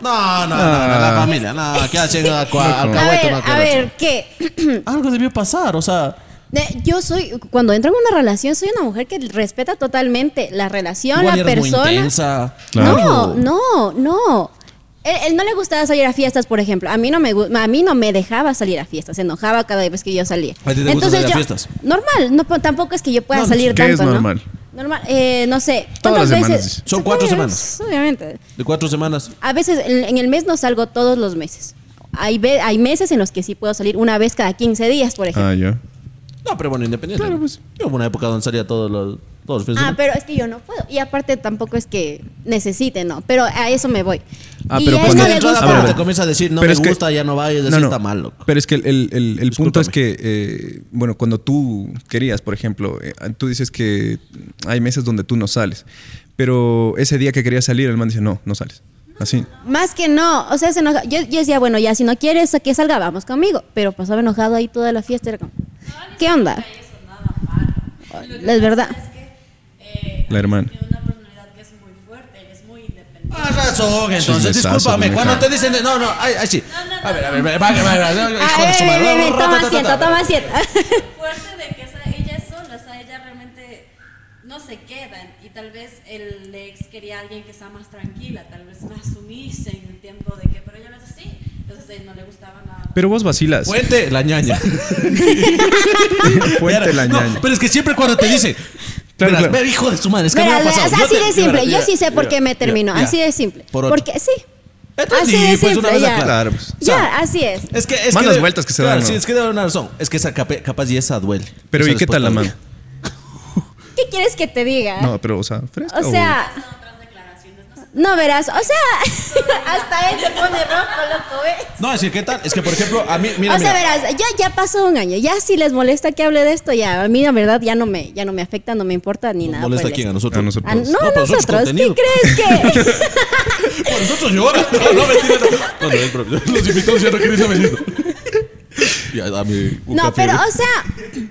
B: No, no, no, no,
A: Ah.
B: la familia, no, que hacen acua-
A: Loco.
C: A
D: alcahuete,
C: ver,
D: no,
C: a
D: claro.
C: ver, ¿qué?
B: Algo debió pasar, o sea,
C: De- Yo soy, cuando entro en una relación, soy una mujer que respeta totalmente la relación,
B: igual
C: la
B: eres muy
C: persona.
B: intensa.
A: Claro.
C: No, no, no. Él, él no le gustaba salir a fiestas, por ejemplo. A mí no me gu- a mí no me dejaba salir a fiestas. Se enojaba cada vez que yo salía.
B: ¿A ti te gusta salir a fiestas?
C: Normal. No, po- tampoco es que yo pueda
B: No,
C: salir
A: ¿qué
C: tanto,
A: es
C: ¿no?
A: normal?
C: Normal. Eh, no sé.
A: Todas las
C: ¿Cuántas
A: semanas,
C: veces?
A: dices.
B: Son cuatro
C: Todas,
B: semanas.
C: Obviamente.
B: De cuatro semanas.
C: A veces en, en el mes no salgo todos los meses. Hay, ve- hay meses en los que sí puedo salir una vez cada 15 días, por ejemplo.
A: Ah, ya.
B: No, pero bueno, independiente.
A: Claro,
B: ¿no?
A: pues.
B: Yo hubo una época donde salía todos los, todos los fines de
C: Ah,
B: semana.
C: pero es que yo no puedo. Y aparte tampoco es que necesite, ¿no. Pero a eso me voy.
A: Ah,
C: y
A: pero
C: a
A: pues
C: él no
A: que
C: le
A: entró a la
C: gusta.
A: A
B: Pero
A: ver,
B: te comienza a decir, no
A: pero
B: me
A: es que-
B: gusta, ya no vayas, decir, está mal, loco.
A: Pero es que el, el- el- el punto es
B: Discúlpame.
A: que eh, bueno, cuando tú querías, por ejemplo, eh, tú dices que hay meses donde tú no sales, pero ese día que querías salir, el man dice, no, no sales. Así.
C: Más que no, o sea, se enoja. Yo, yo decía, bueno, ya si no quieres que salga, vamos conmigo. Pero pasaba enojado ahí toda la fiesta. Era como, ¿qué onda? Es verdad.
A: La hermana.
F: eh, Tiene una personalidad que es muy fuerte, él es muy independiente.
B: Ah, razón, entonces,
A: Chismesazo,
B: discúlpame.
A: mija.
B: Cuando te dicen, de- no, no, ay, ay, sí. A ver, a ver, va, va, va, va, va,
C: A
B: hijo de su madre,
C: ver, ven, ven,
B: ra, ra,
C: Ah, eh, toma
B: ta, ta,
C: asiento,
B: ta.
C: toma asiento.
F: Fuerte de que esa- ella es sola, o sea, ella realmente no se quedan. Y tal vez el ex quería a alguien que sea más tranquila, tal vez más sumisa en el tiempo de que, pero ella no es así. Entonces a él no le gustaba nada.
A: Pero vos vacilas.
B: Fuente la ñaña.
A: Fuente la
B: No,
A: ñaña.
B: pero es que siempre cuando te dicen,
A: Claro,
B: verás,
A: claro.
B: ve, hijo de su madre, es que
C: Mira,
B: me ha pasado.
C: es
B: Yo
C: así
B: te-
C: de simple.
B: mira,
C: Yo sí sé
B: mira,
C: por qué me
B: mira,
C: terminó.
B: mira.
C: Así de simple.
B: Por otro.
C: Porque sí.
B: Entonces,
C: así
B: sí,
C: de
B: pues, una
C: simple.
B: vez
C: Ya,
A: aclarado, pues.
C: Ya, así es.
B: Es que es
A: Más
B: que
A: las
B: de-
A: vueltas que se dan,
B: claro,
A: ¿no?
B: Sí, es que de una razón. Es que esa cape- capaz y esa duele.
A: Pero
B: Esa
A: ¿y qué tal la
B: respuesta
A: mano?
B: duele.
C: ¿Qué quieres que te diga?
A: No, pero o sea, fresca.
C: O sea. No verás, o sea, hasta él se pone rojo, loco, ¿ves?
B: No, es que qué tal, es que por ejemplo, a mí mira,
C: o sea,
B: mira.
C: verás, ya, ya pasó un año, ya si les molesta que hable de esto, ya a mí la verdad ya no me, ya no me afecta, no me importa ni nada. por
B: molesta
C: el
B: quién a
C: estilo.
B: nosotros.
A: A nosotros.
C: Ah, no,
B: No, pero nosotros
C: nosotros, ¿qué
B: contenido.
C: crees que?
B: Por nosotros llora. No, no, mentira. No, no, no, es broma. Los invitados ya no quieren saber esto. Ya, dame un
C: No,
B: café.
C: pero o sea,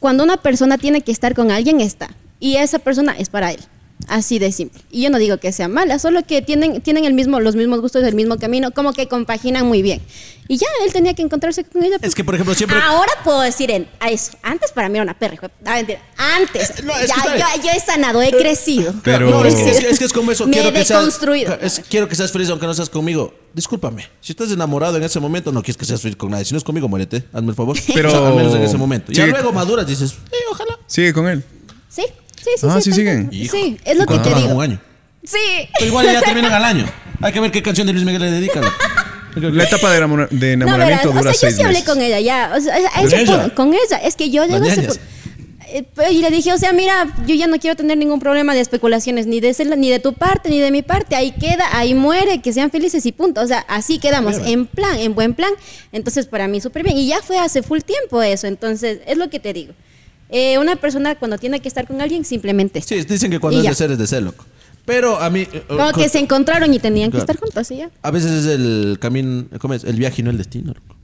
C: cuando una persona tiene que estar con alguien, está. Y esa persona es para él. Así de simple. Y yo no digo que sea mala, solo que tienen, tienen el mismo, los mismos gustos, el mismo camino, como que compaginan muy bien. Y ya él tenía que encontrarse con ella.
B: Es que, por ejemplo, siempre-
C: Ahora puedo decir en, a eso. Antes para mí era una perra. hijo de- Ah, mentira. Antes.
B: No, es que
C: Ya,
B: está bien.
C: yo, yo he sanado, he crecido.
A: Pero-
B: No, es que, es que- es que es como eso.
C: Me
B: quiero
C: he
B: que seas-
C: deconstruido.
B: es- quiero que seas feliz aunque no seas conmigo. Discúlpame. Si estás enamorado en ese momento, no quieres que seas feliz con nadie. Si no es conmigo, muérete. Hazme el favor.
A: Pero-
B: O sea, al menos en ese momento. Ya
A: Sí.
B: luego maduras, dices, eh, ojalá.
A: Sigue con él.
C: Sí, sí, sí.
A: Ah, sí
C: tal
A: siguen.
C: cual. Sí, es lo que te
B: Cuando pasan
C: digo.
B: un año.
C: Sí.
B: Pero igual ya terminan al año. Hay que ver qué canción de Luis Miguel le dedican.
A: La etapa de enamora- de
C: No, verás,
A: enamoramiento
C: o sea,
A: dura
C: yo
A: seis
C: sí hablé
A: meses.
C: con ella, ya. O sea, a
B: ¿Con
C: ese
B: ella?
C: punto, con ella. Es que yo llego a ese
B: ñañas.
C: punto. Eh, pero- Y le dije, o sea, mira, yo ya no quiero tener ningún problema de especulaciones, ni de, ese- ni de tu parte, ni de mi parte. Ahí queda, ahí muere, que sean felices y punto. O sea, así quedamos, en plan, en buen plan. Entonces, para mí, súper bien. Y ya fue hace full tiempo eso. Entonces, es lo que te digo. Eh, una persona cuando tiene que estar con alguien, simplemente está.
B: Sí, dicen que cuando
C: Y
B: es
C: ya.
B: de ser es de ser, loco. Pero a mí. eh,
C: Como
B: con-
C: que se encontraron y tenían que
B: Claro.
C: estar juntos, y ya.
B: A veces es el camino. ¿Cómo es? El viaje y no el destino, loco.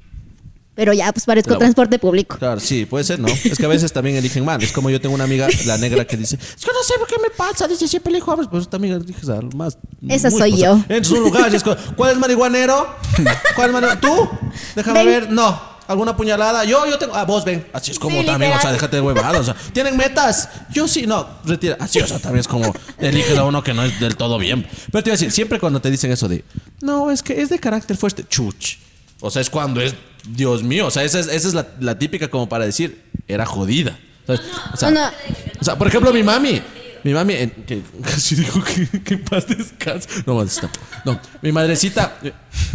C: Pero ya, pues parezco
B: Claro.
C: transporte público.
B: Claro, sí, puede ser, ¿no? Es que a veces también eligen mal. Es como yo tengo una amiga, la negra, que dice, es que no sé por qué me pasa, dice, siempre elijo hombres. Pues esta amiga dije, "Ah, más...
C: Esa
B: muy
C: soy
B: esposa".
C: yo.
B: Entras a un lugar y es como, ¿cuál es marihuanero? ¿Cuál es marihuanero? ¿Tú? Déjame
C: Ven.
B: ver. No. ¿Alguna puñalada? Yo, yo tengo... Ah, vos ven. Así es como
C: Sí,
B: también, o sea,
C: literal.
B: déjate de huevadas. O sea, ¿tienen metas? Yo sí, no. Retira. Así, o sea, también es como eliges a uno que no es del todo bien. Pero te iba a decir, siempre cuando te dicen eso de, no, es que es de carácter fuerte, chuch. O sea, es cuando es, Dios mío, o sea, esa es, esa es la, la típica como para decir, era jodida. ¿Sabes? O, sea,
C: No, no.
B: o sea, por ejemplo, mi mami. Mi mami, eh, que casi dijo que, que en paz descanse. No, más, no, no. Mi madrecita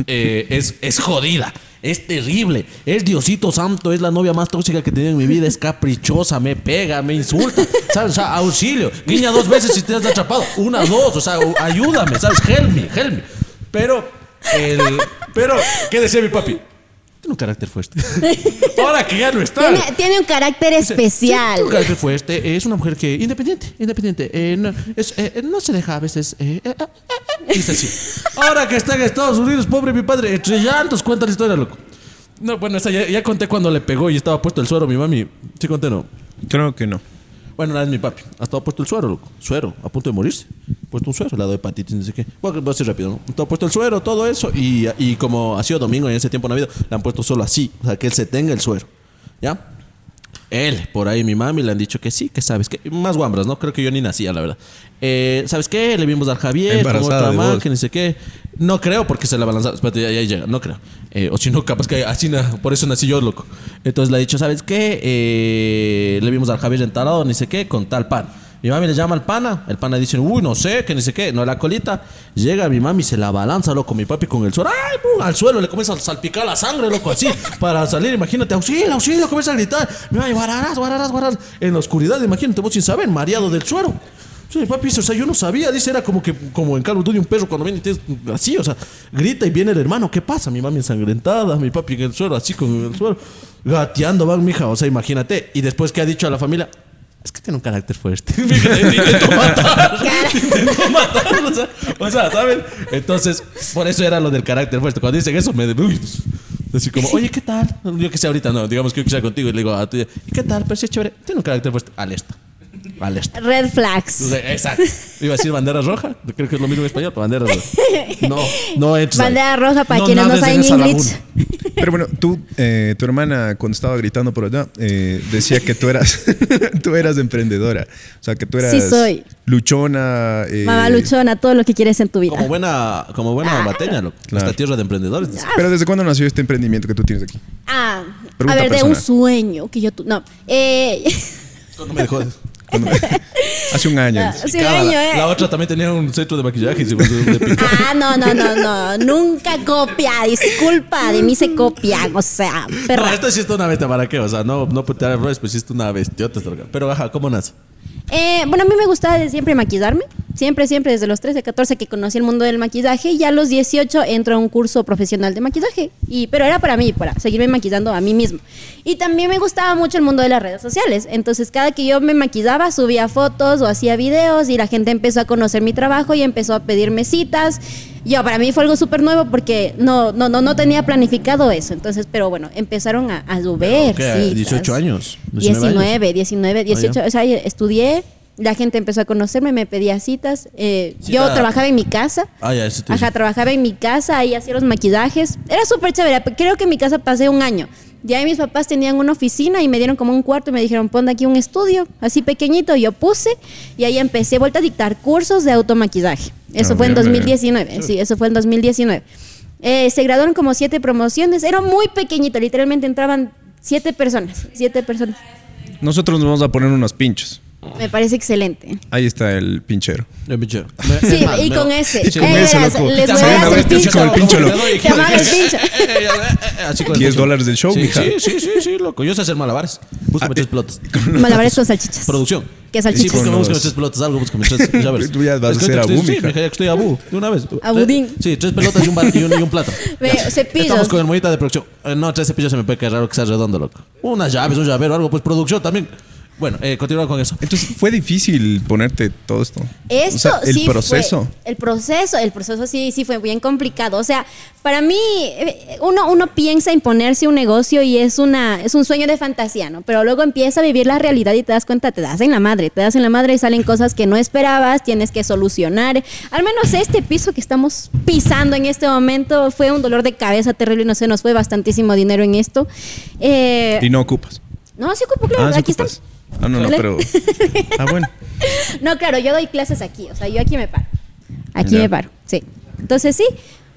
B: eh, es, es jodida, es terrible, es Diosito Santo, es la novia más tóxica que he tenido en mi vida, es caprichosa, me pega, me insulta, ¿sabes? O sea, auxilio, guiña dos veces si te has atrapado, una, dos, o sea, ayúdame, ¿sabes? Help me, help me. Pero, el, pero, ¿qué decía mi papi? Tiene un carácter fuerte. Ahora que ya no está.
C: Tiene, tiene un carácter especial.
B: Sí, tu carácter fuerte. eh, Es una mujer que independiente, independiente. eh, no, es, eh, eh, no se deja a veces. eh, eh, eh, eh, Dice así. Ahora que está en Estados Unidos, pobre mi padre, entre llantos, cuenta la historia, loco. No, bueno, esa ya, ya conté cuando le pegó y estaba puesto el suero a mi mami. Sí conté, ¿no?
A: Creo que no.
B: Bueno, una vez mi papi. Ha estado puesto el suero, loco. Suero, a punto de morirse. Puesto un suero, le ha dado hepatitis, no sé qué. Bueno, voy a ser rápido, ¿no? Estaba puesto el suero, todo eso. Y, y como ha sido domingo y en ese tiempo no ha habido, le han puesto solo así. O sea, que él se tenga el suero. ¿Ya? Él, por ahí mi mami le han dicho que sí, que sabes que. Más guambras, ¿no? Creo que yo ni nacía, la verdad. Eh, ¿Sabes qué? Le vimos al Javier, con
A: Embarazada
B: otra
A: de
B: man,
A: vos.
B: que ni sé qué. No creo porque se la balanzaba. Espérate, ya, ya llega, no creo. Eh, o si no, capaz que así, na- por eso nací yo, loco. Entonces le ha dicho, ¿sabes qué? Eh, le vimos al Javier entalado, ni sé qué, con tal pan. Mi mami le llama al pana, el pana dice, uy, no sé, que ni sé qué, no la colita. Llega mi mami, se la balanza, loco, mi papi con el suelo, ¡ay, pum! al suelo, le comienza a salpicar la sangre, loco, así, para salir, imagínate, auxilio, auxilio, comienza a gritar. Mi mami, guararás, guararás, guararás, en la oscuridad, imagínate, vos sin saber, mareado del suero. Sí, papi dice, o sea, yo no sabía, dice, era como que como en Carlos de un perro cuando viene y te así, o sea, grita y viene el hermano, ¿qué pasa? Mi mami ensangrentada, mi papi en el suelo, así con el suelo, gateando, va, mija, o sea, imagínate. Y después, ¿qué ha dicho a la familia? Es que tiene un carácter fuerte. Fíjate, Intentó matar. Intentó matar. O sea, o sea, ¿saben? Entonces, por eso era lo del carácter fuerte. Cuando dicen eso, me. uy, así como, oye, ¿qué tal? Yo que sé ahorita, no, digamos que yo quisiera contigo y le digo a tu ¿y qué tal? Pero sí es chévere. Tiene un carácter fuerte. Alerta. Alerta.
C: Red
A: Pues,
C: flags.
A: eh,
B: Exacto. Iba a decir bandera roja. Creo que es lo mismo en español, pero bandera roja. No, no entres ahí.
C: Bandera roja para
B: No
C: quienes no
B: naves en
C: saben
B: esa
C: inglés.
B: laguna.
A: Pero bueno, tú, eh, tu hermana, cuando estaba gritando por allá, eh, decía que tú eras, tú eras emprendedora. O sea, que tú eras.
C: Sí soy.
A: Luchona. eh,
C: Mamá luchona, todo lo que quieres en tu vida.
B: Como buena, como
C: Ah.
B: buena bateña, loco.
A: Claro.
B: Esta tierra de emprendedores.
A: Pero ¿desde cuándo nació este emprendimiento que tú tienes aquí?
C: Ah, a
A: Pregunta
C: ver, de
A: personal.
C: un sueño que yo tu- No. Eh,
B: No me dejó.
A: Cuando- Hace un año. dices.
C: sí, sueño,
B: la,
C: eh.
B: la otra también tenía un centro de maquillaje. y se puso de pinta.
C: Ah, no, no, no, no. Nunca copia. Disculpa, de mí se copia. O sea,
B: No,
C: perra.
B: esta sí está una bestia para qué. O sea, no, no putear errores, pues sí está una bestiota. esta loca. Pero ajá, ¿cómo nace?
C: Eh, bueno, a mí me gustaba de siempre maquillarme. Siempre, siempre, desde los 13, 14 que conocí el mundo del maquillaje. Y a los 18 entro a un curso profesional de maquillaje. Y, pero era para mí, para seguirme maquillando a mí mismo. Y también me gustaba mucho el mundo de las redes sociales. Entonces, cada que yo me maquillaba, subía fotos o hacía videos. Y la gente empezó a conocer mi trabajo y empezó a pedirme citas. Yo, para mí fue algo súper nuevo porque no, no, no, no tenía planificado eso. Entonces, pero bueno, empezaron a, a llover.
B: ¿Qué?
C: citas.
B: 18 años. 19 años.
C: 19, 19, 18.
B: Ah, ya.
C: o sea, yo estudié, la gente empezó a conocerme, me pedía citas. eh, yo
B: Cita.
C: trabajaba en mi casa.
B: Ah, ya, eso te
C: Ajá, trabajaba en mi casa, ahí hacía los maquillajes. Era súper chévere. p- Creo que en mi casa pasé un año. De ahí mis papás tenían una oficina y me dieron como un cuarto y me dijeron, pon aquí un estudio, así pequeñito. Yo puse y ahí empecé, vuelta a dictar cursos de automaquillaje. Eso
A: Ah,
C: fue en
A: mierda, ya.
C: 2019. Sí, eso fue en 2019. Eh, se graduaron como siete promociones. Era muy pequeñito, literalmente entraban siete personas. Siete personas.
A: Nosotros nos vamos a poner unos pinchos.
C: Me parece excelente.
A: Ahí está el pinchero.
B: Ya, bicho.
C: Sí,
B: Es más,
C: y
B: me-
C: con ese.
A: Y con
C: Eh,
A: ese,
C: verás,
A: loco.
C: Les
A: Y
C: voy
A: también
C: a
A: la
C: hacer
A: bestia
C: pincho.
A: con el pincho, loco.
C: Te amaba el pincho.
B: Eh, Así con el
A: 10
B: pincho.
A: dólares del show,
B: sí,
A: mija. Ah, eh,
B: Sí, sí, sí, sí, loco. Yo sé hacer malabares. Búscame tres pelotas.
C: Malabares con salchichas.
B: Producción.
C: ¿Qué salchichas?
B: Sí, búscame,
A: Con los-
B: búscame tres pelotas, algo, búscame tres llaves.
A: Tú ya vas a
B: Es que
A: ser
B: ahorita
A: abú,
B: estoy- Sí,
A: mija.
B: mija, ya que estoy abú. De una vez.
C: Abudín.
B: Sí, tres pelotas y un, bar- y un, y un plato.
C: Ve,
B: Ya.
C: cepillos.
B: Estamos con hermanita de producción. Eh, no, tres cepillos se me puede caer raro que sea redondo, loco. Unas llaves, un llavero, algo. Pues producción también. Bueno, eh, continúa con eso.
A: Entonces, fue difícil ponerte todo esto.
C: Esto
A: o sea, el
C: sí
A: proceso.
C: fue- el proceso, el proceso sí, sí fue bien complicado. O sea, para mí, eh, uno, uno piensa en ponerse un negocio y es, una, es un sueño de fantasía, ¿no? Pero luego empieza a vivir la realidad y te das cuenta, te das en la madre, te das en la madre y salen cosas que no esperabas, tienes que solucionar. Al menos este piso que estamos pisando en este momento fue un dolor de cabeza terrible, no sé, nos fue bastantísimo dinero en esto. Eh,
A: Y no ocupas.
C: no, sí, ocupo, claro,
A: ah, sí
C: aquí
A: ocupas.
C: estamos.
A: Ah, no, no,
C: Le-
A: pero. Ah, bueno.
C: No, claro, yo doy clases aquí, o sea, yo aquí me paro. Aquí
A: Ya.
C: me paro, sí. Entonces sí,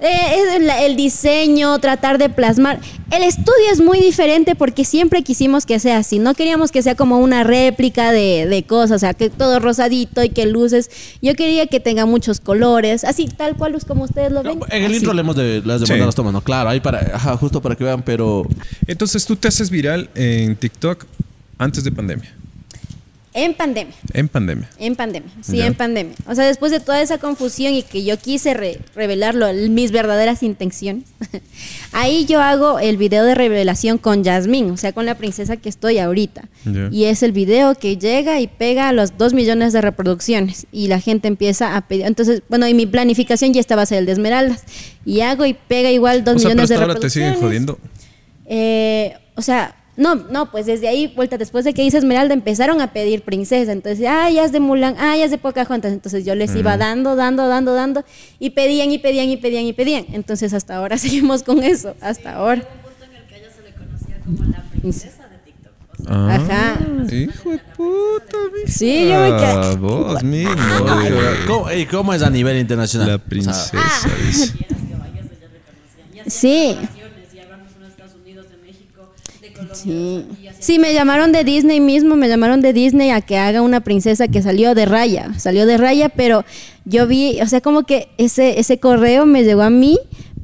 C: eh, es la- el diseño, tratar de plasmar. El estudio es muy diferente porque siempre quisimos que sea así, no queríamos que sea como una réplica de, de cosas, o sea, que todo rosadito y que luces. Yo quería que tenga muchos colores, así tal cual es como ustedes lo ven. Ah,
B: En el
C: así.
B: intro le hemos de, las de
A: Sí.
B: mandar las tomas, ¿no? Claro, ahí para, ajá, justo para que vean, pero
A: Entonces, tú te haces viral en TikTok antes de pandemia.
C: En pandemia.
A: En pandemia.
C: En pandemia, sí,
A: Ya.
C: en pandemia. O sea, después de toda esa confusión y que yo quise re- revelar lo- mis verdaderas intenciones, ahí yo hago el video de revelación con Jasmine, o sea, con la princesa que estoy ahorita.
A: Ya.
C: Y es el video que llega y pega a los 2 millones de reproducciones y la gente empieza a pedir. Entonces, bueno, y mi planificación ya estaba a ser el de Esmeraldas. Y hago y pega igual 2
A: O sea, pero
C: millones
A: hasta
C: de
A: ahora te
C: reproducciones.
A: siguen jodiendo.
C: Eh, o sea, no, no, pues desde ahí, vuelta, después de que hice Esmeralda, empezaron a pedir princesa. Entonces, ah, ya es de Mulan, ah, ya es de Pocahontas. Entonces yo les iba dando, dando, dando, dando. Y pedían, y pedían, y pedían, y pedían. Entonces hasta ahora seguimos con eso, hasta ahora.
A: Ah,
C: Ajá.
A: Hijo de puta, mija.
C: Sí, yo me quedé-
A: Ah, Vos mismo. digo.
B: ¿Cómo, ey, cómo es a nivel internacional?
A: La
B: O sea,
A: princesa.
C: ah.
A: dice.
C: Sí.
F: Y hablamos unos de Estados Unidos, de México, de Colombia.
C: Sí. Sí, me llamaron de Disney mismo, me llamaron de Disney a que haga una princesa que salió de raya, salió de raya, pero yo vi, o sea, como que ese, ese correo me llegó a mí,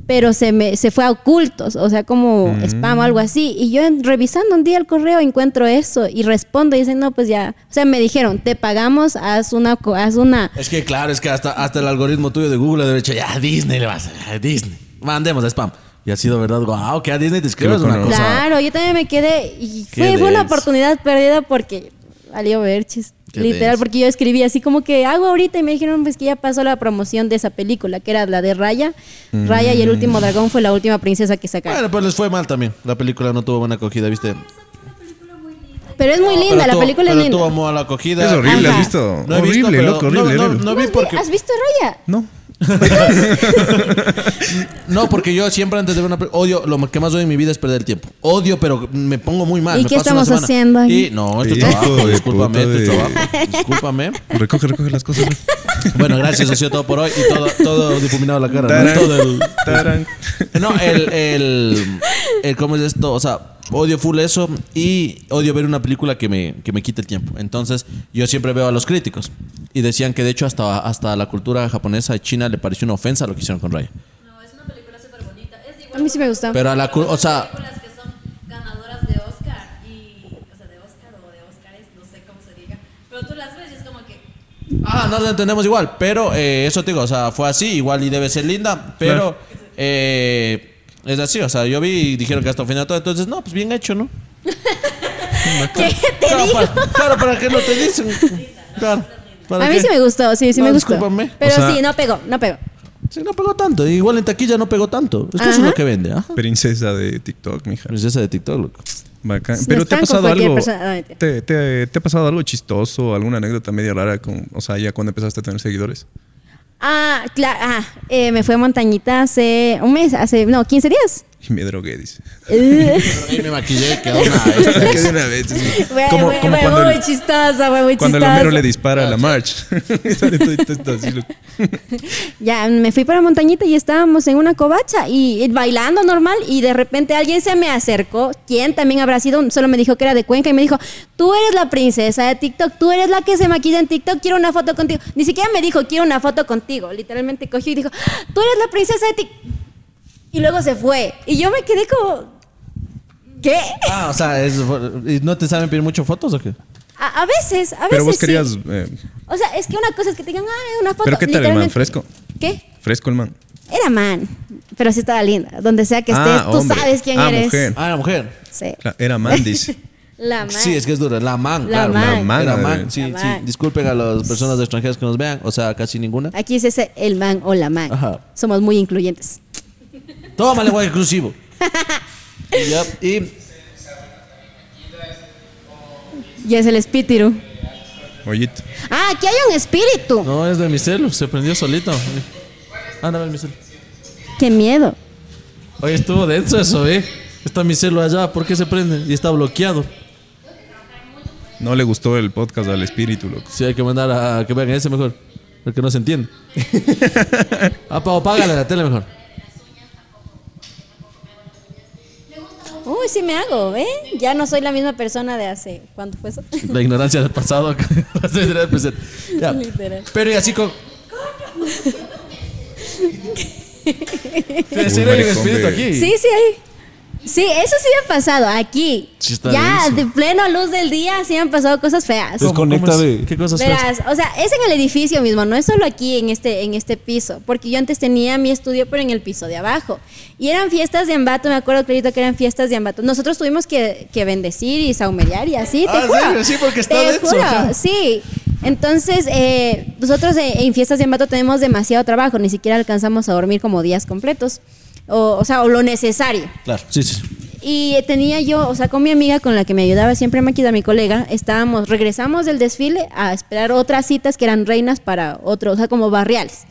C: pero se, me, se fue a ocultos, o sea, como spam o algo así. Y yo en- revisando un día el correo encuentro eso y respondo y dicen, no, pues ya, o sea, me dijeron, te pagamos, haz una, co- haz una,
B: es que claro, es que hasta, hasta el algoritmo tuyo de Google debe decir, ya a Disney le vas a, a Disney. Mandemos a spam. Y ha sido verdad, wow, que a Disney te escribes
A: loco,
B: una
A: ¿no?
B: cosa.
C: Claro, yo también me quedé y
B: Qué
C: fue, fue una
B: denso.
C: oportunidad perdida porque valió verches.
B: Qué
C: Literal,
B: denso.
C: porque yo escribí así como que hago ahorita y me dijeron pues que ya pasó la promoción de esa película, que era la de Raya. Raya y el
B: Mm.
C: último dragón fue la última princesa que sacaron.
B: Bueno, pues les fue mal también. La película no tuvo buena acogida, ¿viste?
C: pero es muy linda,
B: Pero
C: la
B: tuvo-
C: película es
B: pero
C: linda.
B: tuvo mala acogida.
A: Es horrible,
C: Ajá.
A: ¿has visto?
B: No he
A: horrible,
B: visto, pero-
A: loco,
B: no,
A: horrible.
B: no,
A: horrible.
B: no
A: No,
B: vi porque
C: ¿Has visto Raya?
B: No, porque yo siempre antes de ver una película, odio, lo que más odio en mi vida es perder el tiempo. Odio, pero me pongo muy mal.
C: ¿Y
B: me
C: qué
B: paso una
C: estamos
B: semana.
C: haciendo ahí?
B: Y, no, esto es
A: Hijo
B: trabajo,
A: de
B: discúlpame,
A: puta
B: esto es
A: de-
B: trabajo. Discúlpame.
A: Recoge, recoge las cosas.
B: Bueno, gracias, ha sido todo por hoy y todo, todo difuminado la cara. ¿no?
A: Tarán.
B: Todo el-
A: Tarán.
B: No, el, el, el- ¿Cómo es esto? O sea, odio full eso y odio ver una película que me, que me quite el tiempo. Entonces, yo siempre veo a los críticos. Y decían que, de hecho, hasta, hasta la cultura japonesa y china le pareció una ofensa lo que hicieron con Raya.
F: No, es una película súper bonita. Es
C: A
F: igual
C: mí sí me gustó.
B: Pero a la... cul- O sea...
F: películas que son ganadoras de Oscar y o sea de Oscar o de Oscars no sé cómo se diga pero tú las ves y es como que
B: Ah, no lo entendemos igual, pero eh, eso te digo, o sea, fue así, igual y debe ser linda, pero eh, es así, o sea, yo vi y dijeron que hasta ofendió a todo, entonces, no, pues bien hecho, ¿no?
C: ¿Qué te
B: claro,
C: digo?
B: Para, claro, ¿para qué no te dicen? Claro. ¿para
C: A mí
B: qué?
C: sí me gustó, sí, sí
B: No,
C: me gustó.
B: discúlpame.
C: Pero
A: O sea-
C: sí, no pegó, no pegó.
B: Sí, no pegó tanto, igual en taquilla no pegó tanto. Es que eso es
C: Ajá.
B: lo que vende, ajá.
A: Princesa de TikTok, mija.
B: Princesa de TikTok, loco.
A: Bacán.
C: Es
A: Pero te ha
C: bacán con
A: pasado
C: cualquier
A: algo.
C: persona. Ah, mentira.
A: ¿te, te, te ha pasado algo chistoso? ¿Alguna anécdota media rara con, o sea, ya cuando empezaste a tener seguidores?
C: Ah, claro, ah, eh, me fui a Montañita hace un mes, hace, no, 15 días.
A: Y me drogué, dice.
C: Eh.
B: Ahí me maquillé y quedó
C: Ah,
B: una...
A: Que de una vez, sí.
C: Fue,
A: Como-
C: fue-
A: como
C: fue
A: cuando
C: muy
A: el-
C: chistosa, fue muy
A: Cuando el
C: chistosa.
A: Homero le dispara
C: Ah,
A: a la March. Y sale todo esto así, loco.
C: Ya me fui para Montañita y estábamos en una covacha y, y bailando normal y de repente alguien se me acercó, quien también habrá sido, solo me dijo que era de Cuenca y me dijo, tú eres la princesa de TikTok, tú eres la que se maquilla en TikTok, quiero una foto contigo. Ni siquiera me dijo, quiero una foto contigo. Literalmente cogió y dijo, "Ah, tú eres la princesa de TikTok. Y luego se fue. Y yo me quedé como, ¿qué?
B: Ah, o sea, es- ¿y ¿no te saben pedir mucho fotos o qué?
C: A, a veces, a veces...
A: Pero vos
C: sí.
A: querías. eh,
C: O sea, es que una cosa es que te digan, ah, una foto.
A: ¿Pero qué tal el man?
C: literalmente-
A: ¿Fresco?
C: ¿Qué?
A: Fresco el man.
C: Era man, pero sí estaba linda. Donde sea que
A: Ah,
C: estés, tú
A: hombre.
C: sabes quién
A: Ah,
C: eres.
A: mujer.
B: Ah, la mujer.
C: Sí.
A: Cla- Era man, dice.
C: La man.
B: Sí, es que es dura. La man,
C: La
B: claro.
C: man.
A: La man,
B: Era
A: a ver.
B: man. Sí,
C: La
B: sí.
C: man.
B: Disculpen a las personas extranjeras que nos vean. O sea, casi ninguna.
C: Aquí es ese el man o la man.
B: Ajá.
C: Somos muy incluyentes.
B: Toma lenguaje exclusivo. y, ya, y
C: Y es el espíritu.
A: Ollito.
C: Ah, aquí hay un espíritu.
B: no es de mi celu, se prendió solito. Anda, ver mi celu.
C: Qué miedo.
B: Oye, estuvo denso eso, ¿eh? Está mi celu allá, ¿por qué se prende? Y está bloqueado.
A: No le gustó el podcast al espíritu, loco.
B: Sí, hay que mandar a, a que vean ese mejor. Porque no se entiende. Apago, págale la tele mejor.
C: Uy, sí me hago, ¿eh? Ya no soy la misma persona de hace. ¿Cuánto fue eso?
B: La ignorancia del pasado. la seriedad del presente. Ya.
C: Literal.
B: Pero y así con. Sí, sí,
A: Uy,
B: hay un
A: maricón
B: espíritu
A: de-
B: aquí.
C: Sí, sí, ahí. Sí, eso sí me ha pasado aquí.
D: Sí, está
C: ya
D: denso.
C: de pleno luz del día sí han pasado cosas feas.
E: Desconecta de.
D: ¿Qué cosas feas?
C: Verás, o sea, es en el edificio mismo, no es solo aquí en este, en este piso, porque yo antes tenía mi estudio, pero en el piso de abajo. Y eran fiestas de ambato, me acuerdo clarito que eran fiestas de ambato. Nosotros tuvimos que, que bendecir y saumerear y así, te
D: Ah, ¿en
C: juro.
D: serio? Sí, porque está
C: Te
D: denso,
C: juro,
D: ajá.
C: sí. Entonces, eh, nosotros eh, en fiestas de ambato tenemos demasiado trabajo, ni siquiera alcanzamos a dormir como días completos, o, o sea, o lo necesario.
B: Claro. Sí, sí.
C: Y tenía yo, o sea, con mi amiga con la que me ayudaba siempre Maquita, mi colega, estábamos, regresamos del desfile a esperar otras citas que eran reinas para otros, o sea, como barriales.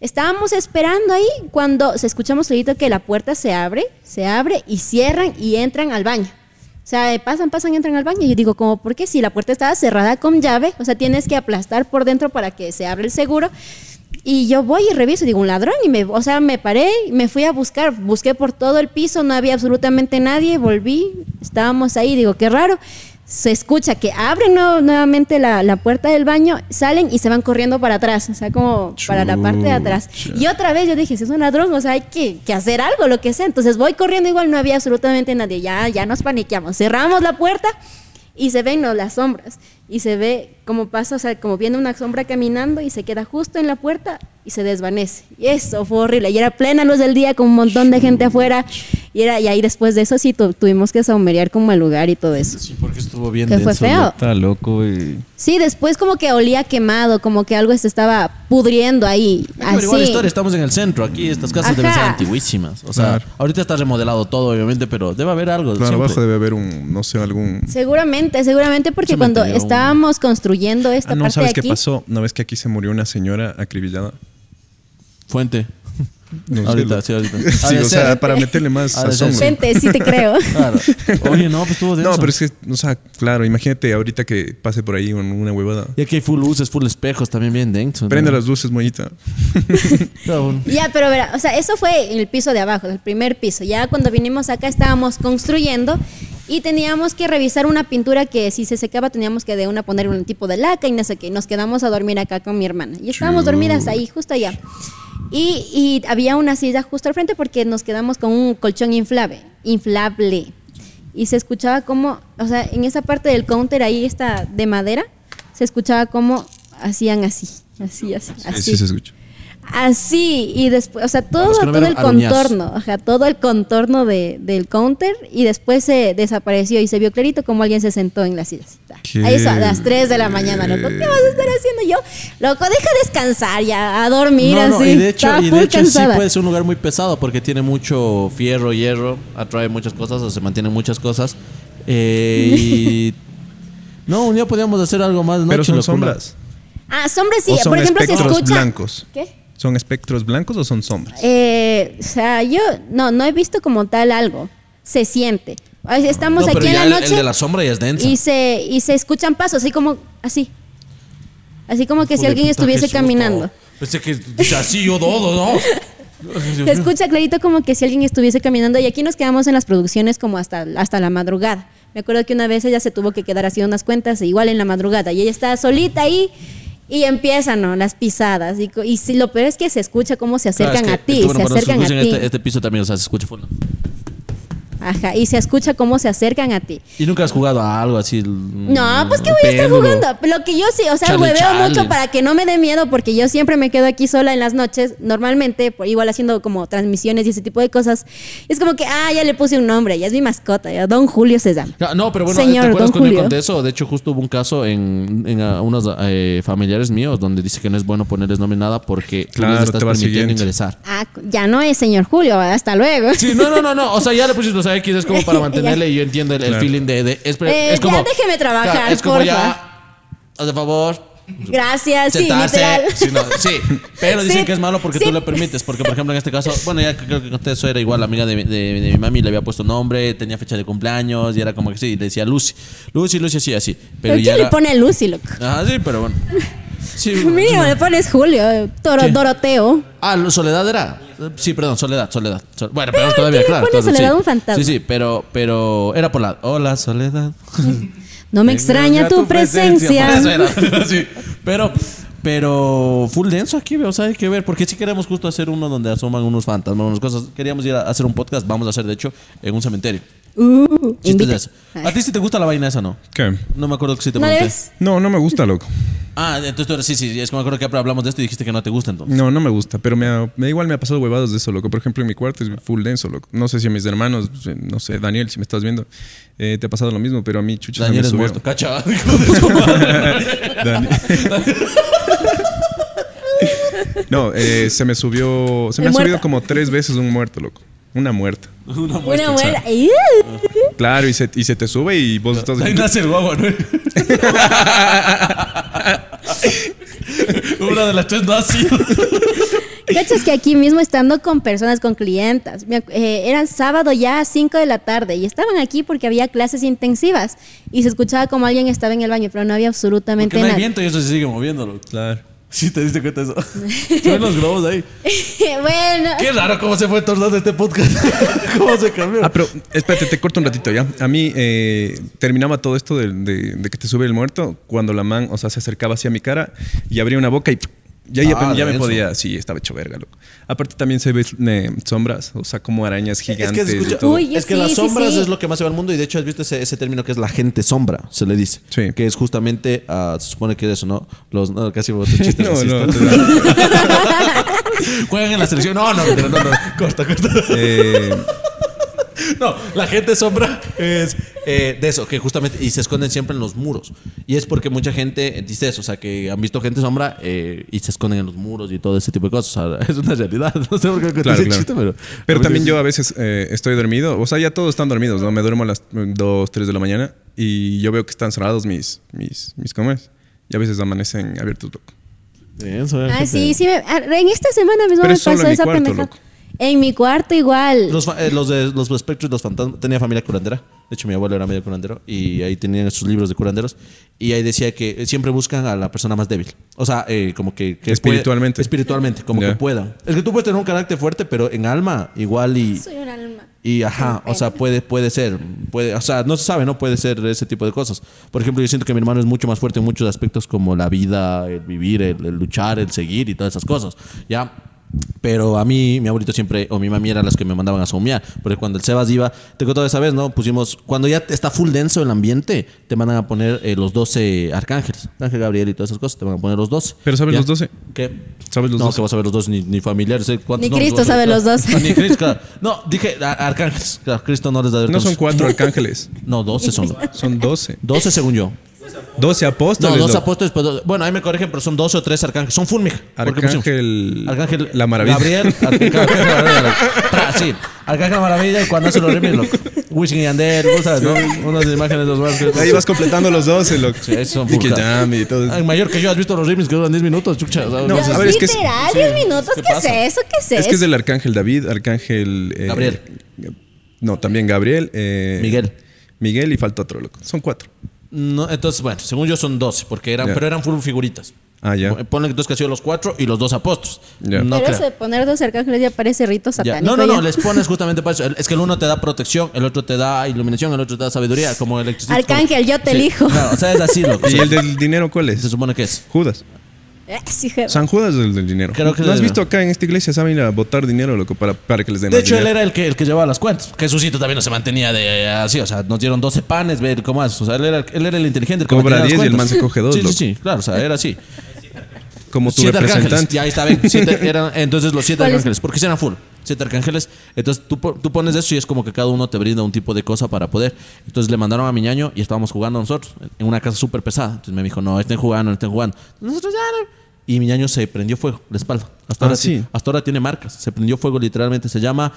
C: Estábamos esperando ahí cuando se escuchamos solito que la puerta se abre, se abre y cierran y entran al baño. O sea, eh, pasan, pasan, entran al baño. Y yo digo, como, ¿por qué? Si la puerta estaba cerrada con llave, o sea, tienes que aplastar por dentro para que se abra el seguro. Y yo voy y reviso, digo, un ladrón, y me, o sea, me paré, y me fui a buscar, busqué por todo el piso, no había absolutamente nadie, volví, estábamos ahí, digo, qué raro. Se escucha que abren nue- nuevamente la, la puerta del baño, salen y se van corriendo para atrás, o sea, como para la parte de atrás. Y otra vez yo dije, si es un ladrón, o sea, hay que, que hacer algo, lo que sea. Entonces voy corriendo, igual no había absolutamente nadie, ya, ya nos paniqueamos, cerramos la puerta y se ven ¿no? las sombras y se ve como pasa, o sea, como viene una sombra caminando y se queda justo en la puerta y se desvanece. Y eso fue horrible. Y era plena luz del día con un montón de gente afuera y era y ahí después de eso sí tu- tuvimos que saumerear como el lugar y todo eso.
D: Sí, porque estuvo bien
C: Que fue
D: denso, ¿no?
C: feo.
E: Está loco y.
C: Sí, después como que olía quemado, como que algo se estaba pudriendo ahí,
B: Pero igual
C: así.
B: historia, estamos en el centro, aquí estas casas deben
C: Ah, Ajá.
B: ser antiguísimas. O sea,
A: Claro.
B: ahorita está remodelado todo, obviamente, pero debe haber algo.
A: Claro,
B: siempre.
A: abajo debe haber un, no sé, algún...
C: Seguramente, seguramente porque
B: Se me
C: cuando
B: cayó un-
C: estábamos construyendo esta
A: Ah, no,
C: parte
A: ¿sabes
C: de
A: qué
C: aquí,
A: pasó? ¿No ves que aquí se murió una señora acribillada?
B: Fuente.
A: No sé.
B: ahorita, sí, ahorita.
A: Sí,
B: Ha de
A: o sea,
B: ser.
A: para meterle más
B: Ha de
A: sazón.
B: ser.
A: güey.
C: Gente, sí te creo.
A: Ah,
B: Claro. Oye, no, pues estuvo denso.
A: No, pero es que, o sea, claro, imagínate ahorita que pase por ahí un- una huevada.
B: Y aquí hay full luces, full espejos también bien denso. ¿no?
A: Prende las luces, mollita.
B: Claro, bueno.
C: Ya, pero verá, o sea, eso fue en el piso de abajo, en el primer piso. Ya cuando vinimos acá estábamos construyendo y teníamos que revisar una pintura que si se secaba teníamos que de una poner un tipo de laca y no sé qué. Y Nos quedamos a dormir acá con mi hermana. Y estábamos dormidas ahí, justo allá. Y, y había una silla justo al frente porque nos quedamos con un colchón inflable. Inflable. Y se escuchaba como, o sea, en esa parte del counter ahí está de madera, se escuchaba como hacían así, así, así, así.
A: Sí, se escucha.
C: Así, y después, o sea, todo,
B: los que no
C: todo
B: vieron,
C: el
B: aruñazo.
C: contorno, ajá, todo el contorno de- del counter y después se desapareció y se vio clarito como alguien se sentó en la silla. así, ta.
A: ¿Qué?
C: A eso, a las 3 de la mañana, loco, ¿qué vas a estar haciendo yo? Loco, deja descansar ya, a dormir
B: No, no,
C: así.
B: y de hecho,
C: Estaba
B: y de
C: full
B: hecho sí pues,
C: cansada.
B: puede ser un lugar muy pesado porque tiene mucho fierro, hierro, atrae muchas cosas o se mantienen muchas cosas. Eh, y. No, un día podíamos hacer algo más.
A: Pero
B: noche,
A: son
B: locura.
A: sombras.
C: Ah, sombras sí,
A: ¿O son
C: por ejemplo, se
A: espectros
C: escucha.
A: blancos?
C: ¿Qué?
A: ¿Son espectros blancos o son sombras?
C: Eh, o sea, yo no, no he visto como tal algo. Se siente. O sea, Estamos
B: No, pero
C: aquí en
B: ya
C: la
B: el-
C: noche.
B: El de la sombra ya es denso.
C: y se y se escuchan pasos así como así así como que
B: Hijo
C: si
B: de puta,
C: alguien
B: qué
C: estuviese
B: susto.
C: caminando
B: Pensé que dice así yo todo, ¿no?
C: se escucha clarito como que si alguien estuviese caminando y aquí nos quedamos en las producciones como hasta hasta la madrugada me acuerdo que una vez ella se tuvo que quedar haciendo unas cuentas igual en la madrugada y ella está solita ahí y empiezan ¿no? las pisadas y, co- y si, lo peor es que se escucha cómo se acercan
B: Claro, Ah, es
C: a
B: que-
C: ti
B: es bueno,
C: se
B: para los que
C: acercan a ti
B: escuchan Este, este piso también, o sea, se escucha full.
C: ajá y se escucha cómo se acercan a ti
B: ¿Y nunca has jugado a algo así? el-
C: No, pues que
B: el
C: voy a estar
B: péndulo?
C: jugando. Lo que yo sí, o sea,
B: Chale,
C: hueveo
B: chale.
C: mucho para que no me dé miedo, porque yo siempre me quedo aquí sola en las noches, normalmente, por- igual haciendo como transmisiones y ese tipo de cosas. Es como que, ah, ya le puse un nombre, ya es mi mascota, ya Don Julio se llama.
B: Claro, No, pero bueno,
C: Señor
B: ¿te acuerdas
C: Don
B: cuando yo
C: Julio.
B: conté eso? De hecho, justo hubo un caso en, en ah, unos eh, familiares míos donde dice que no es bueno ponerles nombre nada porque tú
A: Claro,
B: les
A: te
B: estás
A: vas
B: permitiendo
A: siguiendo.
B: ingresar.
C: Ah, ya no es señor Julio, hasta luego.
B: Sí, no, no, no, no. O sea, ya le pusiste los X, es como para mantenerle y yo entiendo el, el
A: Claro.
B: feeling de. de- es, pre-
C: Eh,
B: es como,
C: ya déjeme trabajar,
B: Claro, es como
C: porfa.
B: ya. Haz de favor.
C: Gracias, sí,
B: sentarse.
C: literal.
B: Sí, no, sí. pero dicen
C: Sí,
B: que es malo porque tú
C: sí.
B: lo permites. Porque, por ejemplo, en este caso, bueno, ya creo que conté eso, era igual la amiga de, mi- de- de mi mami, le había puesto nombre, tenía fecha de cumpleaños y era como que sí, le decía Lucy. Lucy, Lucy, así, así. Pero
C: ¿Pero
B: ya.
C: quién le
B: Era,
C: pone Lucy, loco?
B: Ajá, sí, pero bueno. Sí,
C: Mínimo le pones Julio, Toro,
B: ¿Qué?
C: Doroteo.
B: Ah, lo- Soledad era. Sí, perdón, Soledad, Soledad. Sol- bueno, pero
C: Ay,
B: todavía,
C: ¿quién le
B: claro.
C: pone
B: entonces,
C: Soledad
B: sí.
C: un fantasma?
B: Sí, sí, pero, pero era por la. Hola, Soledad.
C: No me extraña tu presencia.
B: Por eso era. Sí. Pero, Pero full denso aquí, o sea, hay que ver, porque si queremos justo hacer uno donde asoman unos fantasmas, unas cosas. Queríamos ir a hacer un podcast, vamos a hacer, de hecho, en un cementerio.
C: Uh,
B: Chistes
C: invita.
B: de eso. A ti si te gusta la vaina esa, ¿no?
A: ¿Qué?
B: No me acuerdo que si te
C: ¿No
B: pregunté.
C: ves?
A: No, no me gusta, loco.
B: Ah, entonces tú eres, sí, sí, es que me acuerdo que hablamos de esto y dijiste que no te gusta entonces.
A: No, no me gusta, pero me, ha- me igual me ha pasado huevadas de eso, loco. Por ejemplo, en mi cuarto es full denso, loco. No sé si a mis hermanos, eh, no sé, Daniel, si me estás viendo, eh, te ha pasado lo mismo, pero a mí chucha se
B: Daniel
A: me
B: es
A: subió.
B: muerto, cacha. hijo de su madre.
A: Dani- no, eh, se me subió, se me ha
C: El muerto.
A: subido como tres veces un muerto, loco. Una muerta.
C: Una uh. abuela. ¡Ew!
A: Claro, y se, y se te sube y vos estás...
B: Ahí nace el guagua, ¿no? Una de las tres no ha sido.
C: Cachas que aquí mismo estando con personas, con clientas, me ac- eh, eran sábado ya a 5 de la tarde y estaban aquí porque había clases intensivas y se escuchaba como alguien estaba en el baño, pero no había absolutamente
B: Porque no hay
C: nada.
B: viento y eso se sigue moviéndolo.
A: Claro.
B: Sí, te diste cuenta de eso. Se ven los globos ahí.
C: bueno,
B: Qué raro cómo se fue tornando este podcast. cómo se cambió.
A: Ah, pero espérate, te corto un ratito ya. A mí eh, terminaba todo esto de, de- de que te sube el muerto cuando la man, o sea, se acercaba hacia mi cara y abría una boca y ya, ya,
B: Ah,
A: ya me
B: denso.
A: podía. Sí, estaba hecho verga, loco. Aparte también se ve eh, sombras, o sea, como arañas
B: Es
A: gigantes.
B: que, se escucha-
A: y todo.
C: Uy,
B: es que
C: sí,
B: las
C: sí,
B: sombras
C: sí.
B: es lo que más se va al mundo y de hecho has visto ese, ese término que es la gente sombra, se le dice.
A: Sí.
B: Que es justamente, ah, se supone que es eso, ¿no? Los, no, casi vos te chistes
A: No, no,
B: racistas.
A: te da-
B: Juegan en la selección. No, no, no, no, no. Corta, corta.
A: eh,
B: No, la gente sombra es eh, de eso, que justamente, y se esconden siempre en los muros. Y es porque mucha gente dice eso, o sea, que han visto gente sombra eh, y se esconden en los muros y todo ese tipo de cosas. O sea, es una realidad. No sé por qué conté
A: Claro,
B: ese
A: claro.
B: chiste,
A: pero,
B: pero. a mí
A: también
B: sí.
A: yo a veces eh, estoy dormido. O sea, ya todos están dormidos, ¿no? Me duermo a las 2, 3 de la mañana y yo veo que están cerrados mis, mis, mis comas. Y a veces amanecen abiertos, loco.
B: Denso, eh,
C: ah,
B: gente.
C: sí, sí, me- ah, en esta semana mismo
A: Pero
C: me
A: es solo
C: pasó
A: en mi
C: esa
A: cuarto,
C: pendeja.
A: loco.
C: En mi cuarto igual.
B: Los, fa- eh, los de los espectros y los fantasmas. Tenía familia curandera. De hecho, mi abuelo era medio curandero. Y ahí tenían sus libros de curanderos. Y ahí decía que eh, siempre buscan a la persona más débil. O sea, eh, como que. que
A: Espiritualmente.
B: puede- espiritualmente, como
A: Ya.
B: que puedan. Es que tú puedes tener un carácter fuerte, pero en alma, igual y.
C: Soy un alma.
B: Y ajá, o sea, puede, puede ser, puede, o sea, no se sabe, ¿no? Puede ser ese tipo de cosas. Por ejemplo, yo siento que mi hermano es mucho más fuerte en muchos aspectos como la vida, el vivir, el, el luchar, el seguir y todas esas cosas, ¿ya? Pero a mí, mi abuelito siempre, o mi mami eran las que me mandaban a saumear, porque cuando el Sebas iba, te contaba esa vez, ¿no? Pusimos, cuando ya está full denso el ambiente, te mandan a poner eh, los 12 arcángeles, Ángel Gabriel y todas esas cosas, te van a poner los 12.
A: Pero ¿sabes
B: ¿ya?
A: los 12?
B: ¿Qué?
A: ¿Sabes los
B: no,
A: dos?
B: que vas a ver los dos ni, ni familiares. ¿eh? ¿Cuántos
C: Ni
B: no?
C: Cristo
B: Los dos,
C: sabe
B: claro.
C: los dos.
B: Ni Cristo, claro. No, dije a- arcángeles. Claro, Cristo no les da
A: No son
B: advertencia.
A: cuatro arcángeles,
B: No, 12 son.
A: son 12.
B: 12 según yo.
A: 12
B: No,
A: apóstoles.
B: dos
A: loco.
B: apóstoles. pues, dos- bueno, ahí me corrigen, pero son 12 o 3 arcángeles. Son full, mija. ¿Por qué pusimos?
A: Arcángel-
B: Arcángel.
A: la maravilla.
B: Gabriel. Arcángel Maravilla. Tra, sí. Arcángel la Maravilla y cuando hace los remix, loco. Wishing y Yandel, vos sabes, ¿no? Unas imágenes de los más.
A: Ahí vas completando los 12, loco.
B: Sí, esos son
A: y que
B: full, claro.
A: llame y todo.
B: Ay, Ah, mayor que yo, has visto los remix que duran 10 minutos, chucha. o sea,
A: No,
C: Yo-
A: a ver, es que es-
C: literal, 10 minutos,
B: ¿Qué
C: ¿qué es
B: pasa?
C: eso? ¿Qué es eso?
A: Es que es del arcángel David, arcángel. eh,
B: Gabriel.
A: No, también Gabriel. eh,
B: Miguel.
A: Miguel y falta otro, loco. Son cuatro.
B: No, entonces, bueno, según yo son 12, porque eran,
A: Ya.
B: pero eran full figuritas.
A: Ah, ya.
B: Pon- Ponle que tú has sido los cuatro y los dos apóstoles.
A: Ya.
B: No,
C: pero
B: creo.
C: eso de poner dos arcángeles ya parece rito
B: Ya.
C: satánico.
B: no, no, no,
C: ya.
B: les pones justamente para eso. El- Es que el uno te da protección, el otro te da iluminación, el otro te da sabiduría, como electricidad.
C: Arcángel, yo te
B: Sí.
C: elijo.
B: Claro, o sea, es así, loco.
A: ¿Y
B: pues, Sí.
A: el del dinero cuál
B: Se
A: es?
B: supone que es.
A: Judas.
C: Eh, sí, je-
A: San Judas es el del dinero.
B: Creo que
A: ¿No has
B: es-
A: visto acá en esta iglesia? Saben ir a botar dinero, loco, para, para que les den
B: De
A: más
B: hecho, él
A: dinero.
B: era el que, el que llevaba las cuentas. Jesucito también no se mantenía de así. O sea, nos dieron 12 panes, ver cómo más. O sea, él era, él era el inteligente. El que
A: Cobra
B: mantenía las
A: 10 y el
B: cuentas.
A: man se coge dos,
B: Sí, sí,
A: loco.
B: sí, claro. O sea, era así.
A: Como tu
B: siete arcángeles.
A: representante.
B: Ya ahí está, ven. Siete eran, entonces los siete
C: ¿Cuál es?
B: arcángeles, porque eran full. Siete arcángeles. Entonces tú, po- tú pones eso y es como que cada uno te brinda un tipo de cosa para poder. Entonces le mandaron a mi ñaño y estábamos jugando nosotros en una casa súper pesada. Entonces me dijo, no, estén jugando, no estén jugando. Nosotros ya no. Y mi ñaño se prendió fuego, la espalda. Hasta,
A: Ah,
B: ahora, ti-
A: sí.
B: hasta ahora tiene marcas. Se prendió fuego literalmente. Se llama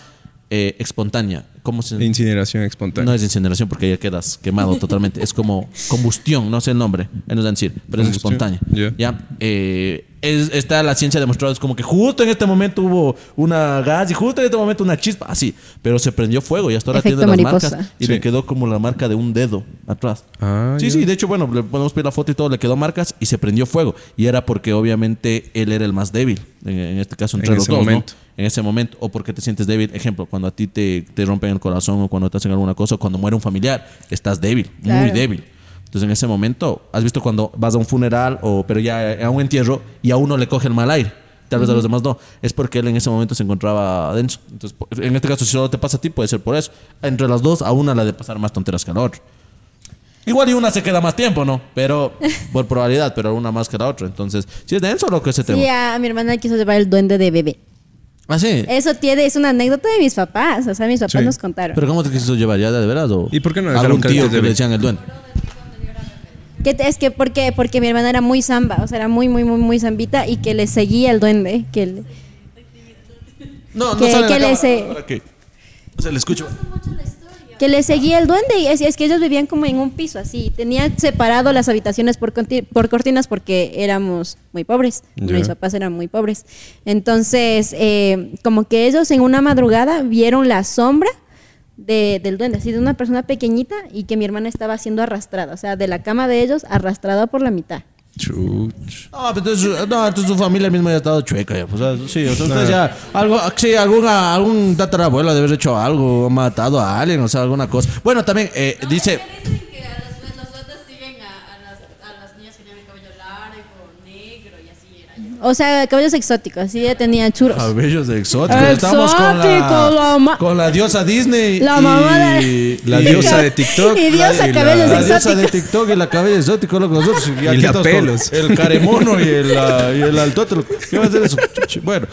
B: eh, espontánea. ¿Cómo se
A: Incineración espontánea.
B: no es incineración porque ya quedas quemado totalmente. Es como combustión, no sé el nombre, ahí nos van a decir, pero es
A: Combustión,
B: espontánea.
A: ya.
B: ¿Ya? Eh, es- está la ciencia demostrada, es como que justo en este momento hubo una gas y justo en este momento una chispa, así. Pero se prendió fuego y hasta ahora
C: Efecto
B: tiene las
C: mariposa.
B: marcas y
A: Sí.
B: le quedó como la marca de un dedo atrás.
A: Ah,
B: sí,
A: ya.
B: sí, de hecho, bueno, le podemos pedir la foto y todo, le quedó marcas y se prendió fuego. Y era porque obviamente él era el más débil, en, en este caso entre
A: En
B: los
A: ese
B: dos, ¿no?
A: momento.
B: en ese momento o porque te sientes débil. Ejemplo, cuando a ti te, te rompen el corazón o cuando te hacen alguna cosa o cuando muere un familiar, estás débil, muy
C: Claro.
B: débil. Entonces en ese momento, has visto cuando vas a un funeral o pero ya a un entierro y a uno le coge el mal aire. Tal vez a los demás no. Es porque él en ese momento se encontraba denso. Entonces, po- en este caso, si solo te pasa a ti, puede ser por eso. Entre las dos, a una la de pasar más tonteras que a la otra. Igual y una se queda más tiempo, ¿no? Pero por probabilidad, pero una más que la otra. Entonces, si es denso lo que ese
C: Sí,
B: tema.
C: a mi hermana quiso llevar el duende de bebé.
B: Ah, sí.
C: Eso tiene, es una anécdota de mis papás. O sea, mis papás
A: Sí.
C: nos contaron.
B: Pero ¿cómo te quiso llevar ya de veras? O
A: ¿Y por qué no dejaron
B: algún
A: que
B: tío
A: antes de
B: que le
A: ver?
B: decían el duende?
C: Que te- es que porque, porque mi hermana era muy samba, o sea, era muy, muy, muy, muy zambita y que le seguía el duende. Que le-
B: No,
C: Que-
B: sale en la
C: que le
B: cámara.
C: se-
B: Ahora que- Se le escucho.
C: Que le seguía el duende y es, es que ellos vivían como en un piso así, y tenían separado las habitaciones por, conti- por cortinas porque éramos muy pobres,
A: Ya.
C: mis papás eran muy pobres. Entonces, eh, como que ellos en una madrugada vieron la sombra de- del duende, así de una persona pequeñita y que mi hermana estaba siendo arrastrada, o sea, de la cama de ellos arrastrada por la mitad.
A: Chuch.
B: No, pero entonces, no, entonces su familia misma ya ha estado chueca. Ya, pues, o sea, sí, o sea, ustedes ya. Algo, sí, alguna, algún tatarabuelo debe haber hecho algo, o matado a alguien, o sea, alguna cosa. Bueno, también eh,
F: No,
B: dice.
F: es que dicen que a las- los duendes siguen a, a las, a las niñas que tienen el cabello largo, negro y así era.
C: O sea, cabellos exóticos, así ya tenía churos.
B: Cabellos exóticos.
C: Exótico,
B: Estamos con la,
C: la ma-
B: con la diosa Disney.
C: La
B: y
C: mamá de-
B: La
A: Y-
B: diosa
A: de TikTok.
C: Y diosa
A: Y la-
C: cabellos
B: La diosa
C: exóticos.
B: de TikTok y la cabello exótico, loco. Nosotros, y aquí
A: la
B: estamos con
A: pelos.
B: El caremono y el, ah, y el altótelo. ¿Qué va a hacer eso? Bueno,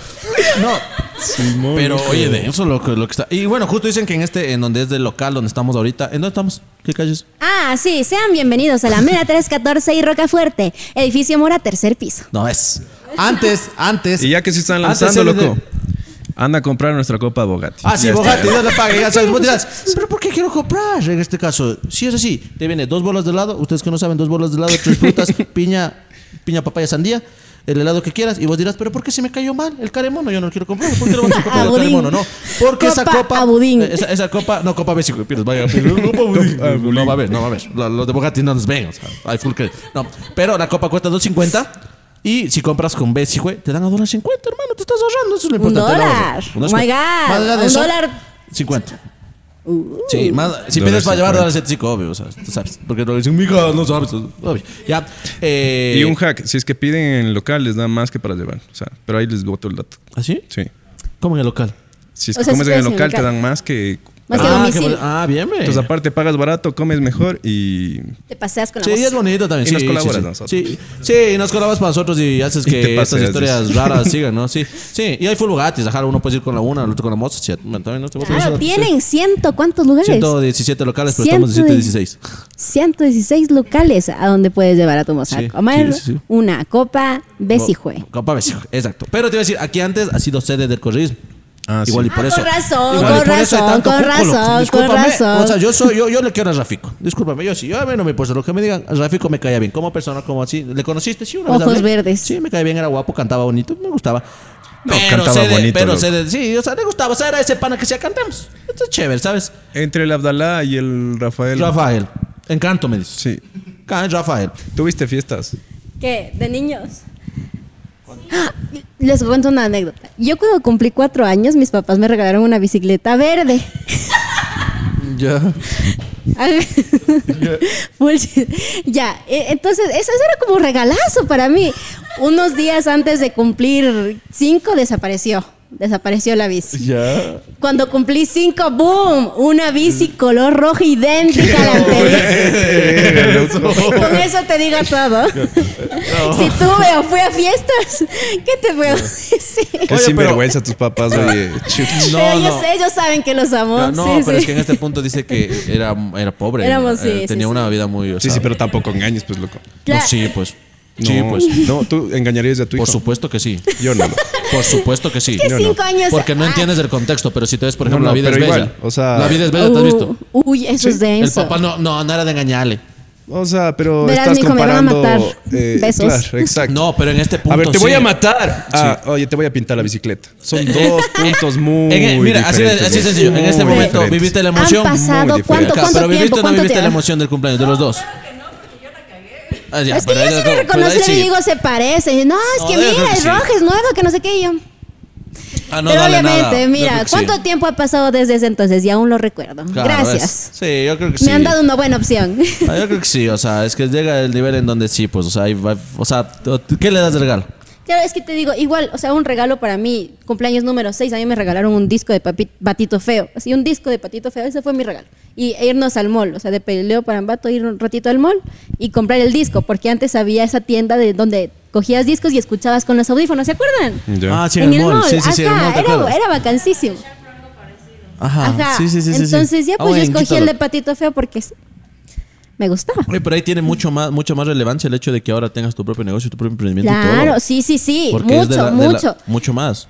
B: no. Pero oye, de eso lo, que- lo que está. Y bueno, justo dicen que en este, en donde es del local donde estamos ahorita, ¿en dónde estamos? ¿Qué calles?
C: Ah, sí, sean bienvenidos a la Mera 314 y Rocafuerte, edificio Mora, tercer piso.
B: No es. Antes, antes.
A: Y ya que se están
B: antes
A: lanzando,
B: era de-
A: loco. Anda a comprar nuestra copa Bogatti.
B: Ah, sí,
A: Ya está.
B: Bogati, no la pague. Ya sabes, vos dirás, pero ¿por qué quiero comprar? En este caso, si es así, te viene dos bolas de helado, ustedes que no saben, dos bolas de helado, tres frutas, piña, piña, papaya, sandía, el helado que quieras, y vos dirás, pero ¿por qué se me cayó mal el caremono? Yo no lo quiero comprar, ¿por qué lo vas a comprar? El
C: Abudín.
B: caremono, no. Porque esa
C: Copa
B: copa. eh,
C: Abudín.
B: Esa, esa copa, no, copa B5, pierdes, vaya, pero copa Abudín. No va a haber, no va a haber. Lo- Los de Bogati no nos ven, o sea, hay full credit. No, pero la copa cuesta 2.50. Y si compras con B5, te dan a $1.50, hermano. Te estás ahorrando. Eso es lo
C: Un
B: importante. el ahorro.
C: dólar.
B: Un
C: Oh my God.
B: más allá de
C: Un
B: eso,
C: dólar. Uh.
B: 50. sí, más, si
A: Dólar
B: pides para llevar
A: 50.
B: dólar 75, obvio, o sea, tú sabes. Porque lo dicen, mija, no sabes. Obvio. Ya. Eh,
A: Y un hack, si es que piden en el local, les dan más que para llevar. O sea, pero ahí les boto el dato.
B: ¿Así?
A: Sí.
B: ¿Ah, ¿Cómo en el local?
A: Si es
C: O
A: que
C: sea,
A: comes
C: si
A: en el
C: pides en el
A: local, te
C: local.
A: dan más que.
C: Más que
B: ah,
C: domicilio.
B: qué bueno. ah, bien, bien.
A: Entonces, aparte, pagas barato, comes mejor y.
C: Te paseas con la
B: Sí,
C: voz.
B: es bonito también.
A: Y
B: sí,
A: nos
B: sí,
A: colaboras
B: sí.
A: nosotros.
B: Sí, sí, y nos colaboras para nosotros y haces
A: Y
B: que
A: te paseas,
B: estas historias
A: dices.
B: raras sigan, ¿no? Sí, sí. Y hay full gratis. Ajá, uno puede ir con la una, el otro con la moza. Sí, también no te gusta
C: Claro,
B: eso.
C: tienen ciento, ¿cuántos
B: Sí.
C: lugares?
B: 117 locales, pero estamos en 116.
C: 116 locales a donde puedes llevar a tu moza
B: Sí,
C: a comer
B: sí, sí, sí.
C: una copa besijue.
B: Copa Besijo, exacto. Pero te iba a decir, aquí antes ha sido sede del correísmo.
A: Ah, sí.
B: Igual y por
C: Ah,
B: eso.
C: con
B: igual
C: razón,
B: y
C: con
B: por eso hay
C: razón,
B: tanto
C: con
B: cuco, loco.
C: razón, con
B: Discúlpame,
C: razón.
B: O sea, yo soy, yo, yo le quiero a Rafico. Discúlpame, yo sí, yo a mí no me importa lo que me digan. Rafico me caía bien, como persona, como así. ¿Le conociste? Sí, una vez
C: Ojos
B: hablé.
C: verdes.
B: Sí, me caía bien, era guapo, cantaba bonito, me gustaba.
A: No, cantaba
B: sede-
A: bonito,
B: Pero
A: loco.
B: sede- sí, o sea, le gustaba, o sea, era ese pana que decía, cantemos. Esto es chévere, ¿sabes?
A: Entre el Abdalá y el Rafael.
B: Rafael, encanto me dice.
A: Sí.
B: Can- Rafael.
A: ¿Tuviste fiestas?
C: ¿Qué? ¿De niños? Ah, Les cuento una anécdota. Yo cuando cumplí cuatro años, mis papás me regalaron una bicicleta verde.
B: Ya.
C: Ah, full shit. ya, e- entonces eso, eso era como un regalazo para mí. Unos días antes de cumplir cinco desapareció, desapareció la bici.
B: Ya.
C: Cuando cumplí cinco, ¡boom! Una bici color roja idéntica a la anterior. Con eso te digo todo. Si tuve o fui a fiestas, ¿qué te puedo decir?
A: Qué
B: Oye,
A: sinvergüenza tus papás,
B: Ah.
A: oye. Chuch.
B: No,
C: pero ellos,
B: no.
C: ellos saben que los amo.
B: no,
C: sí,
B: pero
C: sí.
B: es que en este punto dice que era, era pobre.
C: Éramos, sí,
B: eh,
C: sí,
B: tenía
C: sí.
B: una vida muy. o
A: Sí,
B: sea,
A: sí, pero tampoco engañes, pues, loco.
B: No,
C: Claro.
B: sí, pues.
A: No,
B: Sí, pues.
A: No, tú engañarías a tu hijo.
B: Por supuesto que sí.
A: Yo no. loco.
B: Por supuesto que sí.
C: que
A: no.
C: cinco años.
B: Porque no
C: ah,
B: entiendes el contexto, pero si te ves, por
A: No,
B: ejemplo,
A: no,
B: la vida es
A: pero
B: bella.
A: igual, o sea-
B: la vida es bella, ¿te has visto?
C: Uh, uy, eso es
B: El
C: denso.
B: papá no, no, no era de engañarle.
A: O sea, pero
C: Verás,
A: estás
C: mijo, me van a
A: comparando. eh,
C: matar. Besos.
A: Claro, exacto.
B: No, pero en este punto.
A: a ver, te voy
B: sí. Eh,
A: a matar. Ah, oye, te voy a pintar la bicicleta. Son dos puntos muy.
B: En- eh, mira, así de, así de
A: diferentes,
B: sencillo. En
A: muy
B: este momento
A: diferentes.
B: viviste la
C: Han
B: emoción.
A: muy
C: pasado cuánto,
A: diferente.
B: Acá,
C: cuánto
B: pero
C: tiempo,
B: viviste o no
C: cuánto
B: viviste la
C: tiempo.
B: emoción del cumpleaños de los dos. Ah, ya,
C: Es que
B: pero
C: yo
B: ahí-
C: sí le
B: pero ahí
C: reconozco, le
B: sigue.
C: digo, se parece. Y, No, es
B: No,
C: que
B: yo creo
C: mira,
B: que
C: el
B: sí.
C: rojo es nuevo, que no sé qué. Y yo,
B: Ah, no
C: Pero
B: dale nada.
C: obviamente,
B: Yo
C: mira,
B: creo que sí.
C: ¿cuánto tiempo ha pasado desde ese entonces? Y aún lo recuerdo.
B: Claro,
C: Gracias.
B: es- Sí, yo creo que sí.
C: Me han dado una buena opción.
B: Ah, yo creo que sí, o sea, es que llega el nivel en donde sí, pues, o sea, ahí va- o sea, ¿qué le das de regalo?
C: Claro, es que te digo, igual, o sea, un regalo para mí, cumpleaños número 6, a mí me regalaron un disco de papi- Patito Feo. Así, un disco de Patito Feo, ese fue mi regalo. Y e irnos al mall, o sea, de Peleo para Ambato, ir un ratito al mall y comprar el disco, porque antes había esa tienda de donde cogías discos y escuchabas con los audífonos, ¿se acuerdan?
A: Ya.
B: Ah, sí, en el mall. Sí, sí, sí, en el
C: Ajá,
B: mall, ¿te
C: era,
B: acuerdas?
C: era vacancísimo.
B: Ajá,
C: Ajá.
B: sí, sí, sí. sí, sí.
C: Entonces ya
B: Ah,
C: pues
B: bueno,
C: yo
B: en
C: escogí
B: Quito
C: el
B: lo-
C: de Patito Feo porque sí, me gustaba.
B: Oye, pero ahí tiene mucho más, mucho más relevancia el hecho de que ahora tengas tu propio negocio, tu propio emprendimiento y todo.
C: Claro, sí, sí, sí,
B: Porque es
C: mucho,
B: de la- de la-
C: mucho.
B: mucho más.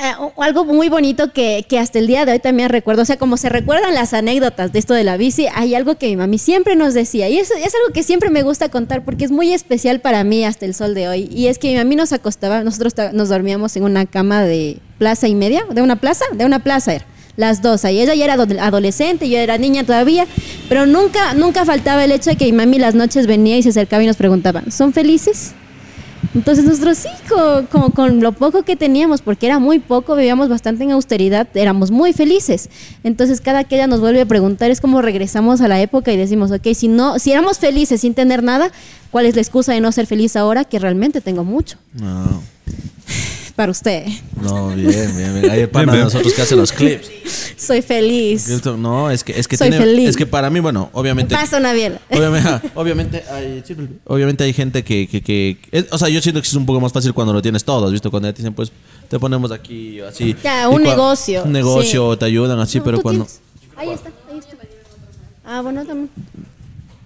C: Ah, o- algo muy bonito que, que hasta el día de hoy también recuerdo, o sea, como se recuerdan las anécdotas de esto de la bici, hay algo que mi mami siempre nos decía, y es, es algo que siempre me gusta contar porque es muy especial para mí hasta el sol de hoy, y es que mi mami nos acostaba, nosotros ta- nos dormíamos en una cama de plaza y media, de una plaza, de una plaza era. Las dos, ahí ella ya era adole- adolescente, yo era niña todavía, pero nunca, nunca faltaba el hecho de que mi mami las noches venía y se acercaba y nos preguntaba, ¿son felices? Entonces nosotros sí, co- como con lo poco que teníamos, porque era muy poco, vivíamos bastante en austeridad, éramos muy felices. Entonces cada que ella nos vuelve a preguntar es como regresamos a la época y decimos, ok, si no, si éramos felices sin tener nada, ¿cuál es la excusa de no ser feliz ahora que realmente tengo mucho
B: No,
C: para usted?
B: no, bien, bien. bien. Ahí el pana
A: Bien,
B: de
A: bien.
B: nosotros que hace los clips.
C: Soy feliz.
B: No, es que, es que
C: Soy
B: tiene-
C: feliz.
B: Es que para mí, bueno, obviamente.
C: Pasa una biela.
B: Obviamente, obviamente, hay, obviamente hay gente que... que, que es- o sea, yo siento que es un poco más fácil cuando lo tienes todo, ¿has visto? Cuando ya te dicen, pues, te ponemos aquí, así.
C: Ya,
B: Y
C: un
B: cua-
C: negocio,
B: Un negocio, te ayudan, así,
C: No,
B: pero
C: tú
B: cuando...
C: tienes. Ahí está, ahí está. Ah, bueno, también.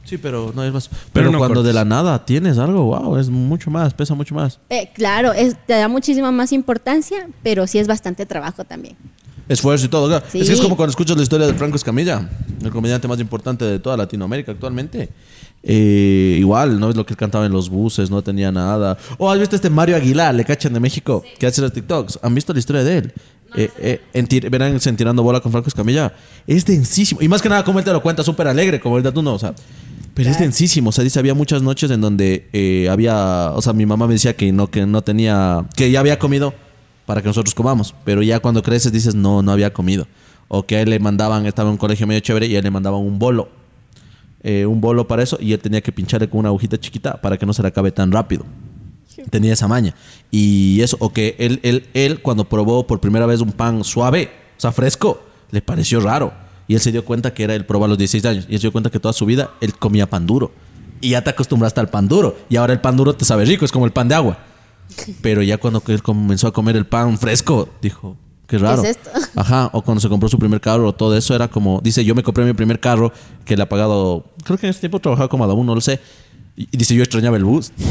B: Sí, pero no es más. Pero,
A: no
B: cuando
A: cortes.
B: de la nada tienes algo, wow, es mucho más, pesa mucho más.
C: Eh, claro, es- te da muchísima más importancia, pero sí es bastante trabajo también.
B: Esfuerzo y todo. claro.
C: Sí.
B: Es que es como cuando escuchas la historia de Franco Escamilla, el comediante más importante de toda Latinoamérica actualmente. Eh, igual, ¿no? Es lo que él cantaba en los buses, no tenía nada. O has visto este Mario Aguilar, le cachan de México, que hace los TikToks. ¿Han visto la historia de él? Eh, eh, en tir- verán en tirando bola con Franco Escamilla. Es densísimo. Y más que nada, como él te lo cuenta, súper alegre, como él da tú no, o sea. Pero es densísimo, o sea, dice, había muchas noches en donde eh, había, o sea, mi mamá me decía que no, que no tenía, que ya había comido para que nosotros comamos, pero ya cuando creces dices, no, no había comido. O que a él le mandaban, estaba en un colegio medio chévere y a él le mandaban un bolo, eh, un bolo para eso, y él tenía que pincharle con una agujita chiquita para que no se le acabe tan rápido. Tenía esa maña. Y eso, o que él, él, él cuando probó por primera vez un pan suave, o sea, fresco, le pareció raro. Y él se dio cuenta que era el probar a los 16 años. Y él se dio cuenta que toda su vida él comía pan duro. Y ya te acostumbraste al pan duro. Y ahora el pan duro te sabe rico, es como el pan de agua. Pero ya cuando que él comenzó a comer el pan fresco, dijo, qué raro.
C: ¿Qué es esto?
B: Ajá, o cuando se compró su primer carro, todo eso era como, dice, yo me compré mi primer carro que le ha pagado, creo que en ese tiempo trabajaba como a uno, no lo sé. Y y dice, yo extrañaba el bus.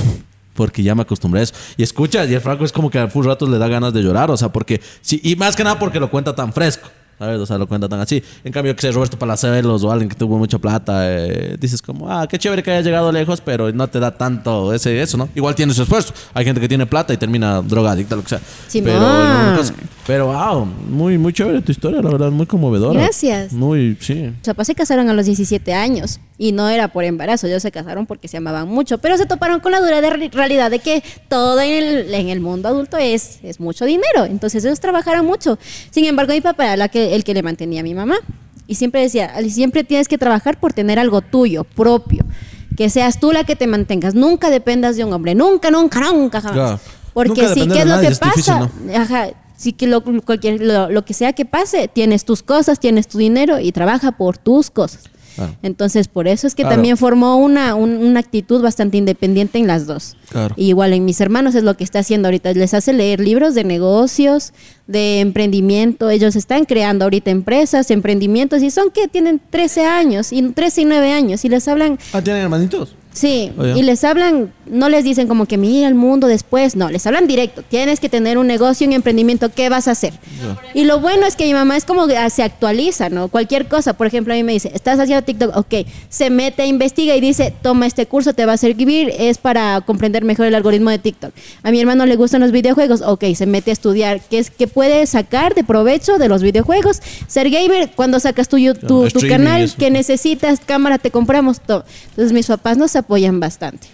B: Porque ya me acostumbré a eso. Y escucha, y el Franco es como que a full ratos le da ganas de llorar, o sea, porque. Sí, y más que nada porque lo cuenta tan fresco, ¿sabes? O sea, lo cuenta tan así. En cambio, que sea Roberto Palacelos o alguien que tuvo mucha plata, eh, dices como, ah, qué chévere que haya llegado lejos, pero no te da tanto ese, eso, ¿no? Igual tiene su esfuerzo. Hay gente que tiene plata y termina drogadicta, lo que sea.
C: Simón.
B: Pero, no, no, cosa. pero, wow, muy, muy chévere tu historia, la verdad, muy conmovedora.
C: Gracias.
B: Muy, sí.
C: Mis papás se pues casaron a los 17 años y no era por embarazo, ellos se casaron porque se amaban mucho, pero se toparon con la dura de re- realidad de que todo en el, en el mundo adulto es, es mucho dinero, entonces ellos trabajaron mucho. Sin embargo, mi papá era la que, el que le mantenía a mi mamá y siempre decía, "Ali, siempre tienes que trabajar por tener algo tuyo, propio, que seas tú la que te mantengas, nunca dependas de un hombre, nunca, nunca, nunca, jamás.
B: Claro.
C: Porque
B: Nunca
C: sí,
B: depender
C: ¿qué
B: de
C: es lo
B: nadie
C: que
B: es difícil,
C: pasa?
B: ¿no?
C: Ajá, sí que lo, cualquier, lo, lo que sea que pase, tienes tus cosas, tienes tu dinero y trabaja por tus cosas.
B: Claro.
C: Entonces, por eso es que
B: Claro.
C: también formó una, un- una actitud bastante independiente en las dos.
B: Claro.
C: Y igual en mis hermanos es lo que está haciendo ahorita. Les hace leer libros de negocios, de emprendimiento. Ellos están creando ahorita empresas, emprendimientos, y son que tienen 13 años, y 13 y 9 años, y les hablan
B: Ah, ¿tienen hermanitos?
C: Sí,
B: Oh, ya.
C: y les hablan, no les dicen como que mira el mundo después, no, les hablan directo, tienes que tener un negocio, un emprendimiento, ¿qué vas a hacer? Y lo bueno es que mi mamá es como que ah, se actualiza, ¿no? Cualquier cosa, por ejemplo, a mí me dice, estás haciendo TikTok, ok, se mete, investiga y dice, toma este curso, te va a servir, es para comprender mejor el algoritmo de TikTok. A mi hermano le gustan los videojuegos, ok, se mete a estudiar, ¿qué, es, qué puede sacar de provecho de los videojuegos? Ser gamer, cuando sacas tu, you- tu, tu
B: streaming y
C: canal,
B: eso.
C: que necesitas cámara, te compramos todo. Entonces mis papás nos apoyan bastante.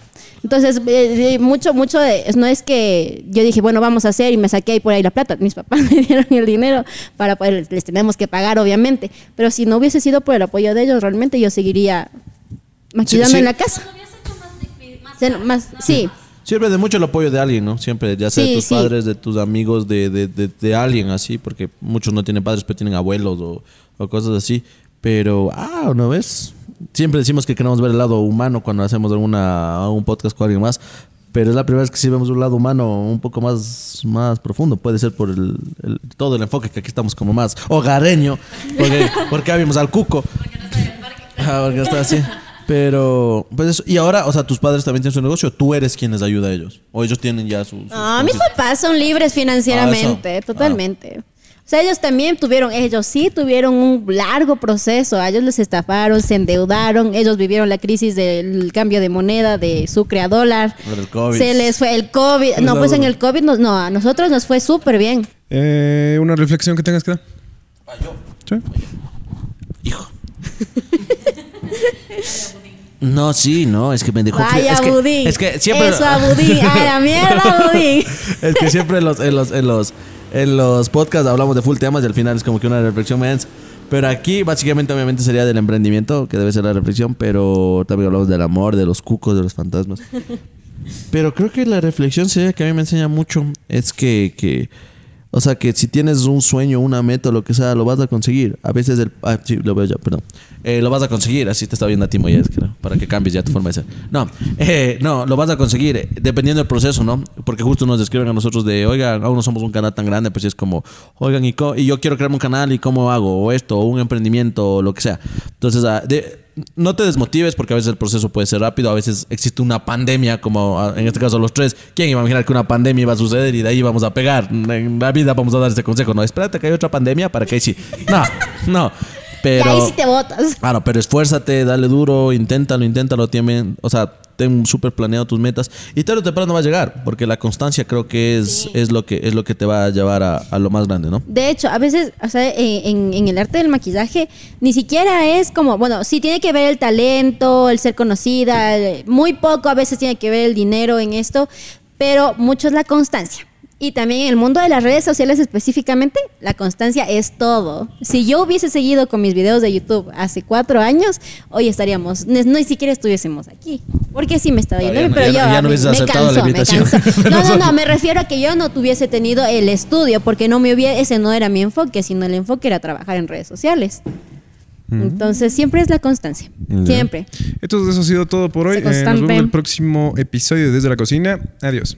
C: Entonces, eh, eh, mucho, mucho, de- no es que yo dije, bueno, vamos a hacer y me saqué ahí por ahí la plata. Mis papás me dieron el dinero para poder, les tenemos que pagar, obviamente. Pero si no hubiese sido por el apoyo de ellos, realmente yo seguiría maquillando
B: sí.
C: en la casa.
F: Cuando hubiese hecho más difícil, más
C: Ya no-
F: fácil,
C: más-
F: nada
C: sí.
F: más.
B: Sirve de mucho el apoyo de alguien, ¿no? Siempre, ya sea de
C: Sí,
B: tus
C: sí.
B: padres, de tus amigos, de, de, de, de alguien así, porque muchos no tienen padres, pero tienen abuelos o, o cosas así. Pero, ah, ¿no ves? Siempre decimos que queremos ver el lado humano cuando hacemos alguna, un podcast con alguien más, pero es la primera vez que sí vemos un lado humano un poco más, más profundo. Puede ser por el, el- todo el enfoque que aquí estamos como más hogareño, porque, porque habíamos al cuco. Ah, porque está así. Pero, pues eso. Y ahora, o sea, tus padres también tienen su negocio. Tú eres quien les ayuda a ellos. O ellos tienen ya su. sus
C: No, Ah, mis
B: cosas.
C: papás son libres
B: Ah,
C: financieramente,
B: eso.
C: totalmente. O sea, ellos también tuvieron, ellos sí tuvieron un largo proceso. A ellos les estafaron, se endeudaron, ellos vivieron la crisis del cambio de moneda, de sucre a dólar.
B: Lo del COVID.
C: Se les fue el COVID. No, pues en el COVID, nos- no, a nosotros nos fue súper bien.
A: Eh, una reflexión que tengas que dar.
B: Ah,
A: Sí.
B: Hijo. No, sí, no, es que me dejó
C: Vaya
B: es que,
C: budín.
B: es que siempre.
C: Eso a budín, a la mierda budín.
B: es que siempre en los, en los, en los, en los podcasts hablamos de full temas y al final es como que una reflexión me Pero aquí básicamente obviamente sería del emprendimiento, que debe ser la reflexión, pero también hablamos del amor, de los cucos, de los fantasmas. Pero creo que la reflexión sería que a mí me enseña mucho es que, que o sea, que si tienes un sueño, una meta, lo que sea, lo vas a conseguir. A veces el... Ah, sí, lo veo ya, perdón. Eh, lo vas a conseguir, así te está viendo a ti, Moyes, creo, para que cambies ya tu forma de ser. No, eh, no, lo vas a conseguir eh, dependiendo del proceso, ¿no? Porque justo nos describen a nosotros de, oigan, aún no somos un canal tan grande, pues sí es como, oigan, y, co- y yo quiero crearme un canal y cómo hago, o esto, o un emprendimiento, o lo que sea. Entonces, ah, de- no te desmotives porque a veces el proceso puede ser rápido, a veces existe una pandemia, como ah, en este caso los tres. ¿Quién iba a imaginar que una pandemia iba a suceder y de ahí vamos a pegar? En la vida vamos a dar este consejo, no, espérate que hay otra pandemia para que ahí sí. No, no. Pero,
C: Y ahí sí te botas.
B: Ah, no, pero esfuérzate, dale duro, inténtalo, inténtalo, tiene, o sea, ten súper planeado tus metas y tarde o temprano va a llegar, porque la constancia creo que es, es, lo, que, es lo que te va a llevar a, a lo más grande, ¿no?
C: De hecho, a veces, o sea, en, en- en el arte del maquillaje, ni siquiera es como, bueno, sí tiene que ver el talento, el ser conocida, el- muy poco a veces tiene que ver el dinero en esto, pero mucho es la constancia. Y también en el mundo de las redes sociales específicamente, la constancia es todo. Si yo hubiese seguido con mis videos de YouTube hace cuatro años, hoy estaríamos, ni, ni siquiera estuviésemos aquí. Porque sí me estaba
B: Ah,
C: yendo,
B: ya
C: bien,
B: no-
C: pero
B: ya
C: yo
B: no- ya
C: a
B: no
C: mí
B: hubieses
C: me
B: aceptado la
C: canso, me
B: invitación.
C: canso. No, no, no, me refiero a que yo no tuviese tenido el estudio, porque no me hubiese, ese no era mi enfoque, sino el enfoque era trabajar en redes sociales. Entonces, siempre es la constancia. Siempre.
A: Entonces, eso ha sido todo por hoy.
C: Se
A: Eh, nos
C: constante.
A: vemos en el próximo episodio de Desde la Cocina. Adiós.